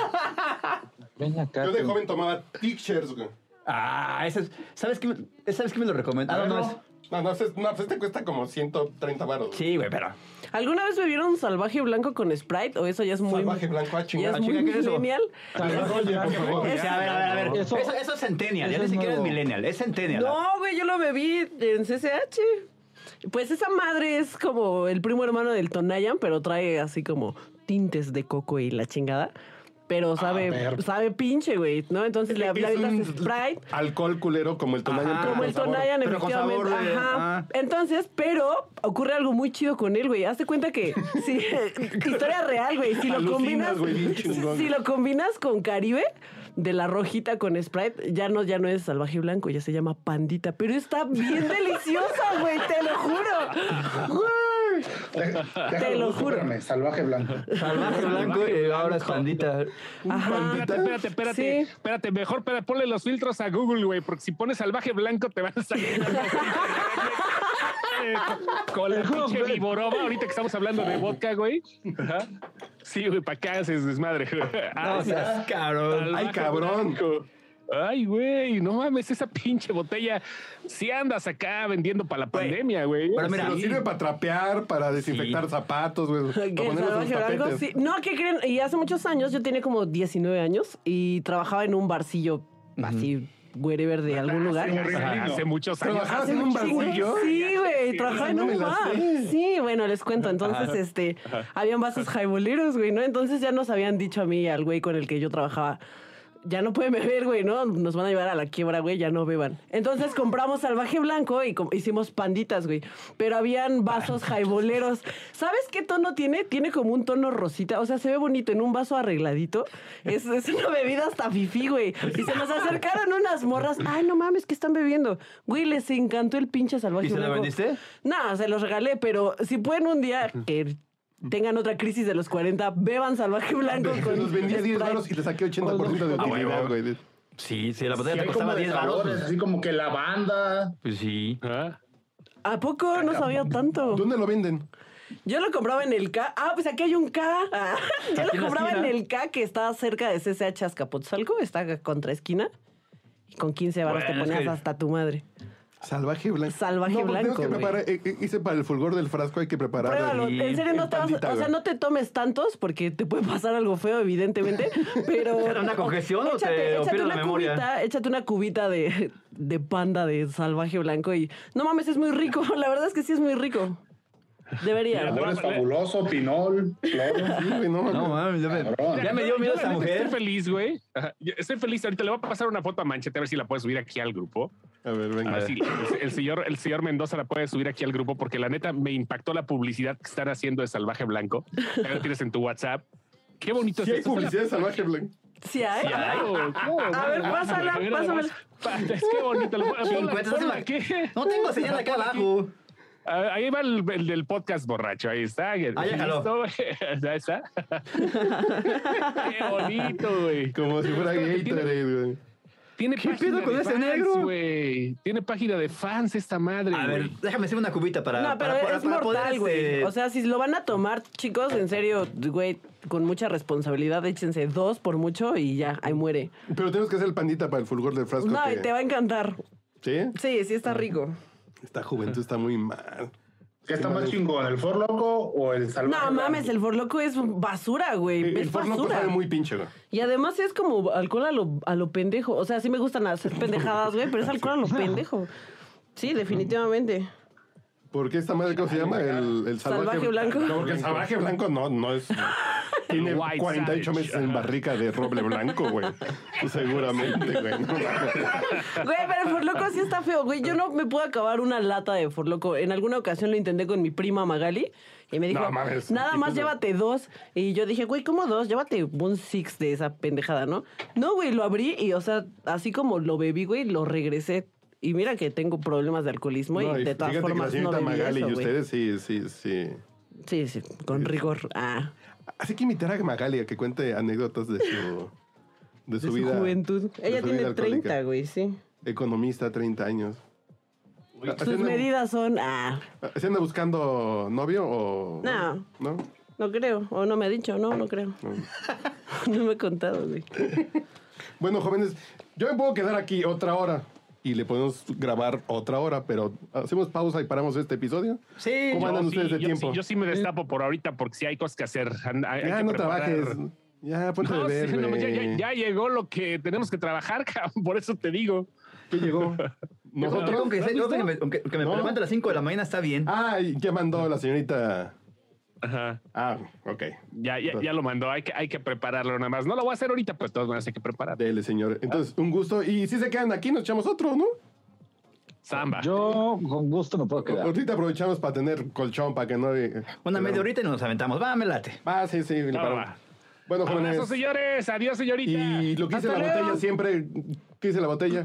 Speaker 5: Ven acá.
Speaker 2: Yo de
Speaker 5: te-
Speaker 2: joven tomaba teachers, güey.
Speaker 7: Ah, ese es- ¿sabes qué, me- ¿sabes qué me lo recomendaron? Ah, no, no
Speaker 2: No, no, es- no, pues te cuesta como 130 baros.
Speaker 7: es. Sí, güey, pero.
Speaker 6: ¿Alguna vez bebieron salvaje blanco con Sprite? ¿O eso ya es muy...
Speaker 2: Salvaje blanco a
Speaker 6: ya
Speaker 2: chingar.
Speaker 6: es
Speaker 7: chinga,
Speaker 6: muy
Speaker 7: ¿qué es eso?
Speaker 6: genial?
Speaker 2: Oye, por favor.
Speaker 7: O sea, a ver, a ver, a ver. Eso,
Speaker 5: Eso-
Speaker 7: eso, es centennial, ya
Speaker 5: eso
Speaker 7: ni
Speaker 5: es
Speaker 7: siquiera es
Speaker 5: nuevo.
Speaker 7: millennial, es centennial.
Speaker 6: No, güey, yo lo bebí en CCH. Pues esa madre es como el primo hermano del Tonayan, pero trae así como tintes de coco y la chingada. Pero sabe,
Speaker 4: ver.
Speaker 6: sabe pinche, güey, ¿no? Entonces le le
Speaker 2: Es un
Speaker 6: avientas Sprite
Speaker 2: Alcohol culero como el Tonayan.
Speaker 7: Ajá.
Speaker 2: pero
Speaker 6: Como el
Speaker 2: Ah, con sabor.
Speaker 6: Tonayan,
Speaker 7: pero con sabor,
Speaker 6: efectivamente.
Speaker 7: güey.
Speaker 6: Ajá.
Speaker 7: Ah.
Speaker 6: Entonces, pero ocurre algo muy chido con él, güey. Hazte cuenta que, sí, historia real, güey. Si lo
Speaker 2: Alucinas,
Speaker 6: combinas,
Speaker 2: güey, bien chingón.
Speaker 6: si lo combinas con Caribe, de la rojita con Sprite, ya no, ya no es salvaje blanco, ya se llama pandita. Pero está bien deliciosa, güey, te lo juro. Güey. Te lo juro.
Speaker 4: Espérame, salvaje blanco.
Speaker 7: Salvaje blanco y ahora es pandita.
Speaker 2: Ah,
Speaker 6: Ajá.
Speaker 3: Espérate, espérate, espérate,
Speaker 6: Sí.
Speaker 3: espérate, mejor para ponle los filtros a Google, güey, porque si pones salvaje blanco te van a salir. los filtros. Eh, Con la pinche viboroba, ahorita que estamos hablando de vodka, güey. Ajá. Sí, güey, para acá haces desmadre. güey. Ah,
Speaker 7: No seas cabrón.
Speaker 3: salvaje
Speaker 2: ay, cabrón.
Speaker 3: blanco. Ay, güey, no mames, esa pinche botella. Si andas acá vendiendo para la pandemia, güey.
Speaker 7: Pero mira,
Speaker 2: Pero
Speaker 7: Sí.
Speaker 2: sirve para trapear, para desinfectar zapatos, güey. para
Speaker 6: ¿Qué?
Speaker 2: ponerlos en
Speaker 6: ¿Salvaje
Speaker 2: los
Speaker 6: o algo?
Speaker 2: tapetes.
Speaker 6: Sí. No, ¿qué creen? Y hace muchos años, yo tenía como 19 años y trabajaba en un barcillo así, wherever
Speaker 2: Ah,
Speaker 6: de algún lugar.
Speaker 3: Ajá, hace muchos años.
Speaker 2: Trabajar. ¿Trabajas en un
Speaker 6: chingo-
Speaker 2: barcillo?
Speaker 6: Sí, güey, trabajaba en
Speaker 2: no me
Speaker 6: un
Speaker 2: la
Speaker 6: bar.
Speaker 2: sé.
Speaker 6: Sí, bueno, les cuento. Entonces, este, habían vasos jaiboleros, güey, ¿no? Entonces ya nos habían dicho a mí y al güey con el que yo trabajaba. Ya no pueden beber, güey, ¿no? Nos van a llevar a la quiebra, güey, ya no beban. Entonces compramos salvaje blanco y com- hicimos panditas, güey. Pero habían vasos jaiboleros. ¿Sabes qué tono tiene? Tiene como un tono rosita. O sea, se ve bonito en un vaso arregladito. Es, es una bebida hasta fifí, güey. Y se nos acercaron unas morras. Ay, no mames, ¿qué están bebiendo? Güey, les encantó el pinche salvaje
Speaker 7: ¿Y se la
Speaker 6: blanco.
Speaker 7: vendiste?
Speaker 6: No, se los regalé, pero si pueden un día que tengan otra crisis de los 40, beban salvaje blanco con
Speaker 2: Los vendí a 10
Speaker 6: Sprite. Oh,
Speaker 2: baros y le saqué 80% de
Speaker 7: Ah,
Speaker 2: utilidad,
Speaker 7: huevo.
Speaker 2: güey.
Speaker 7: Sí, sí, la botella
Speaker 4: Sí,
Speaker 7: te
Speaker 4: hay
Speaker 7: costaba
Speaker 4: como de
Speaker 7: 10 baros.
Speaker 4: sabores,
Speaker 7: Pues,
Speaker 4: así como que lavanda.
Speaker 7: pues sí.
Speaker 3: Ajá.
Speaker 6: ¿A poco no sabía tanto?
Speaker 2: ¿Dónde lo venden?
Speaker 6: Yo lo compraba en el K. Ah, pues aquí hay un K. Ah, Yo
Speaker 7: Aquí en
Speaker 6: lo
Speaker 7: la
Speaker 6: compraba en
Speaker 7: esquina.
Speaker 6: el K que está cerca de CCH Azcapotzalco, está contra esquina. Y con 15 baros
Speaker 7: Bueno,
Speaker 6: te
Speaker 7: es
Speaker 6: ponías
Speaker 7: que-
Speaker 6: hasta tu madre.
Speaker 2: Salvaje blanco.
Speaker 6: Salvaje
Speaker 2: no, pues Tenemos
Speaker 6: blanco,
Speaker 2: que
Speaker 6: güey.
Speaker 2: preparar, eh, eh, hice para el fulgor del frasco, hay que preparar.
Speaker 6: Pruébalo,
Speaker 2: el-
Speaker 6: en serio no te vas,
Speaker 2: pandita,
Speaker 6: o sea,
Speaker 2: güey.
Speaker 6: no te tomes tantos porque te puede pasar algo feo, evidentemente, pero
Speaker 7: ¿Te da una congestión o te- o pierdes
Speaker 6: una
Speaker 7: la memoria?
Speaker 6: cubita, échate una cubita de, de panda de salvaje blanco y no mames, es muy rico, la verdad es que sí es muy rico. Debería.
Speaker 4: Sabores fabuloso, pinol, flor.
Speaker 2: Sí, güey, no,
Speaker 7: No,
Speaker 2: mames.
Speaker 7: mames, ya me,
Speaker 4: Cabrón.
Speaker 7: ya me dio
Speaker 3: Yo,
Speaker 7: miedo
Speaker 3: la
Speaker 7: esa
Speaker 3: neta,
Speaker 7: mujer.
Speaker 3: Estoy feliz, güey. Ajá, yo Estoy feliz. Ahorita le voy a pasar una foto a Manchete a ver si la puede subir aquí al grupo.
Speaker 2: A ver, venga.
Speaker 3: A ver si el, el señor, el señor Mendoza la puede subir aquí al grupo porque la neta me impactó la publicidad que están haciendo de Salvaje Blanco. Ya lo tienes en tu WhatsApp. Qué bonito
Speaker 2: Sí
Speaker 3: es
Speaker 2: hay
Speaker 3: esto.
Speaker 2: publicidad de salvaje blanco.
Speaker 6: Sí, hay.
Speaker 3: Claro, claro,
Speaker 6: A ver,
Speaker 3: claro,
Speaker 6: pásala,
Speaker 3: mira nada
Speaker 6: pásamela.
Speaker 3: más. Pa- Es que bonito. lo- ponla-
Speaker 7: encuentras
Speaker 3: ponla
Speaker 7: una-
Speaker 3: aquí.
Speaker 7: No tengo señal acá abajo.
Speaker 3: Ah, Ahí va el, el del podcast borracho. Ahí está.
Speaker 7: ya jaló.
Speaker 3: Ahí está. Qué bonito, güey.
Speaker 2: Como si fuera
Speaker 3: Esto que tiene-
Speaker 2: Gatorade, güey.
Speaker 3: Tiene
Speaker 7: ¿Qué
Speaker 3: página
Speaker 7: pedo con
Speaker 3: de
Speaker 7: ese
Speaker 3: fans,
Speaker 7: negro?
Speaker 3: güey. Tiene página de fans esta madre.
Speaker 7: A ver,
Speaker 3: güey.
Speaker 7: déjame hacer una cubita para.
Speaker 6: No, pero
Speaker 7: Ah, para- para-
Speaker 6: es
Speaker 7: para poder,
Speaker 6: mortal, güey.
Speaker 7: este,
Speaker 6: O sea, si lo van a tomar, chicos, en serio, güey, con mucha responsabilidad, échense dos por mucho y ya, ahí muere.
Speaker 2: Pero tenemos que hacer el pandita para el fulgor del frasco.
Speaker 6: No,
Speaker 2: que-
Speaker 6: y te va a encantar.
Speaker 2: ¿Sí?
Speaker 6: Sí, sí está rico.
Speaker 2: Esta juventud está muy mal.
Speaker 4: ¿Qué está más chingón, el for loco o el salvaje?
Speaker 6: No mames, el forloco es basura, güey.
Speaker 2: Eh, El
Speaker 6: Es
Speaker 2: forno
Speaker 6: basura.
Speaker 2: sabe muy pinche, güey.
Speaker 6: Y además es como alcohol a lo, a lo pendejo. O sea, sí me gustan hacer pendejadas, güey, pero es alcohol a lo pendejo. Sí, definitivamente.
Speaker 2: ¿Por qué esta madre cómo se llama? El, el salvaje,
Speaker 6: Salvaje blanco.
Speaker 2: No, porque el salvaje blanco no, no es. Tiene
Speaker 3: White
Speaker 2: 48
Speaker 3: Savage,
Speaker 2: meses en
Speaker 3: ajá.
Speaker 2: barrica de roble blanco, güey. Seguramente, güey. No,
Speaker 6: Güey, pero el forloco sí está feo, güey. Yo no me puedo acabar una lata de forloco. En alguna ocasión lo intenté con mi prima Magali y me dijo,
Speaker 2: No mames.
Speaker 6: nada más
Speaker 2: Entonces-
Speaker 6: llévate dos. Y yo dije, güey, ¿cómo dos? Llévate un six de esa pendejada, ¿no? No, güey, lo abrí y, o sea, así como lo bebí, güey, lo regresé. Y mira que tengo problemas de alcoholismo
Speaker 2: No,
Speaker 6: y
Speaker 2: y
Speaker 6: de todas
Speaker 2: fíjate que la
Speaker 6: formas no
Speaker 2: señorita
Speaker 6: bebí
Speaker 2: Magali
Speaker 6: eso,
Speaker 2: y
Speaker 6: güey.
Speaker 2: ustedes sí, sí, sí.
Speaker 6: Sí, sí, con rigor. Ah,
Speaker 2: Así que invitar a Magali a que cuente anécdotas de su, de su
Speaker 6: de su
Speaker 2: vida.
Speaker 6: juventud.
Speaker 2: de
Speaker 6: Ella
Speaker 2: su vida
Speaker 6: tiene
Speaker 2: alcohólica.
Speaker 6: 30, güey, sí.
Speaker 2: Economista, 30 años. Así
Speaker 6: Sus
Speaker 2: anda-
Speaker 6: medidas son, ah,
Speaker 2: ¿Se anda buscando novio o.?
Speaker 6: No.
Speaker 2: ¿No?
Speaker 6: no creo. O no me ha dicho, no, no creo. no me ha contado, güey.
Speaker 2: Bueno, jóvenes, yo me puedo quedar aquí otra hora y le podemos grabar otra hora, pero hacemos pausa y paramos este episodio.
Speaker 7: Sí,
Speaker 2: ¿Cómo
Speaker 3: Yo
Speaker 2: andan
Speaker 3: sí,
Speaker 2: ustedes de
Speaker 3: yo
Speaker 2: tiempo?
Speaker 3: sí- yo sí me destapo por ahorita porque sí hay cosas que hacer. Han- hay- hay
Speaker 2: ya
Speaker 3: que
Speaker 2: no
Speaker 3: preparar.
Speaker 2: trabajes. Ya, ponte
Speaker 3: No,
Speaker 2: a ver.
Speaker 3: sí, no, ya, ya- ya llegó lo que tenemos que trabajar, cabrón, por eso te digo.
Speaker 2: ¿Qué llegó?
Speaker 7: Yo
Speaker 2: Nosotros.
Speaker 7: con que, se- yo que me, aunque- que me
Speaker 2: No.
Speaker 7: levante a las 5 de la mañana está bien.
Speaker 2: Ah, ya mandó la señorita.
Speaker 3: Ajá.
Speaker 2: Ah, ok.
Speaker 3: Ya,
Speaker 2: Pues
Speaker 3: ya, ya lo mandó, hay que, hay que prepararlo nada más. No lo voy a hacer ahorita, pero de todas maneras hay que preparar.
Speaker 2: Dele, señor. Entonces, un gusto. Y si se quedan aquí, nos echamos otro, ¿no?
Speaker 3: Samba.
Speaker 5: Yo con gusto me puedo quedar.
Speaker 2: Ahorita aprovechamos para tener colchón, para que no.
Speaker 7: Una media horita y nos aventamos. Va, me late.
Speaker 2: Ah, sí, sí. le
Speaker 3: Ah,
Speaker 2: paramos.
Speaker 3: va.
Speaker 2: Bueno,
Speaker 3: Abrazo,
Speaker 2: jóvenes.
Speaker 3: señores. Adiós, señorita.
Speaker 2: Y lo que hice
Speaker 3: Hasta
Speaker 2: la
Speaker 3: luego.
Speaker 2: botella siempre. ¿Qué dice la botella?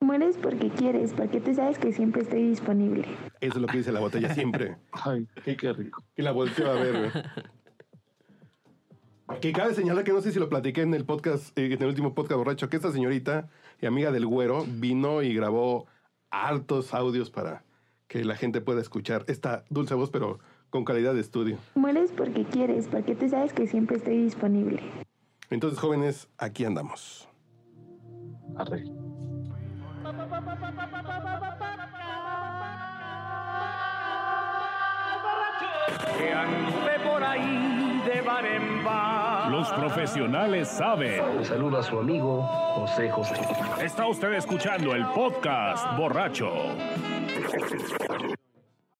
Speaker 1: Mueres porque quieres, porque tú sabes que siempre estoy disponible.
Speaker 2: Eso es lo que dice la botella siempre.
Speaker 5: Ay, qué, qué rico.
Speaker 2: Y la volteo a ver, güey. Que cabe señalar que no sé si lo platiqué en el podcast, eh, en el último podcast borracho, que esta señorita y amiga del güero vino y grabó hartos audios para que la gente pueda escuchar esta dulce voz, pero con calidad de estudio.
Speaker 1: Mueres porque quieres, porque tú sabes que siempre estoy disponible.
Speaker 2: Entonces, jóvenes, aquí andamos.
Speaker 5: Arre.
Speaker 3: Los profesionales saben.
Speaker 11: Le saluda su amigo José José.
Speaker 3: Está usted escuchando el podcast borracho.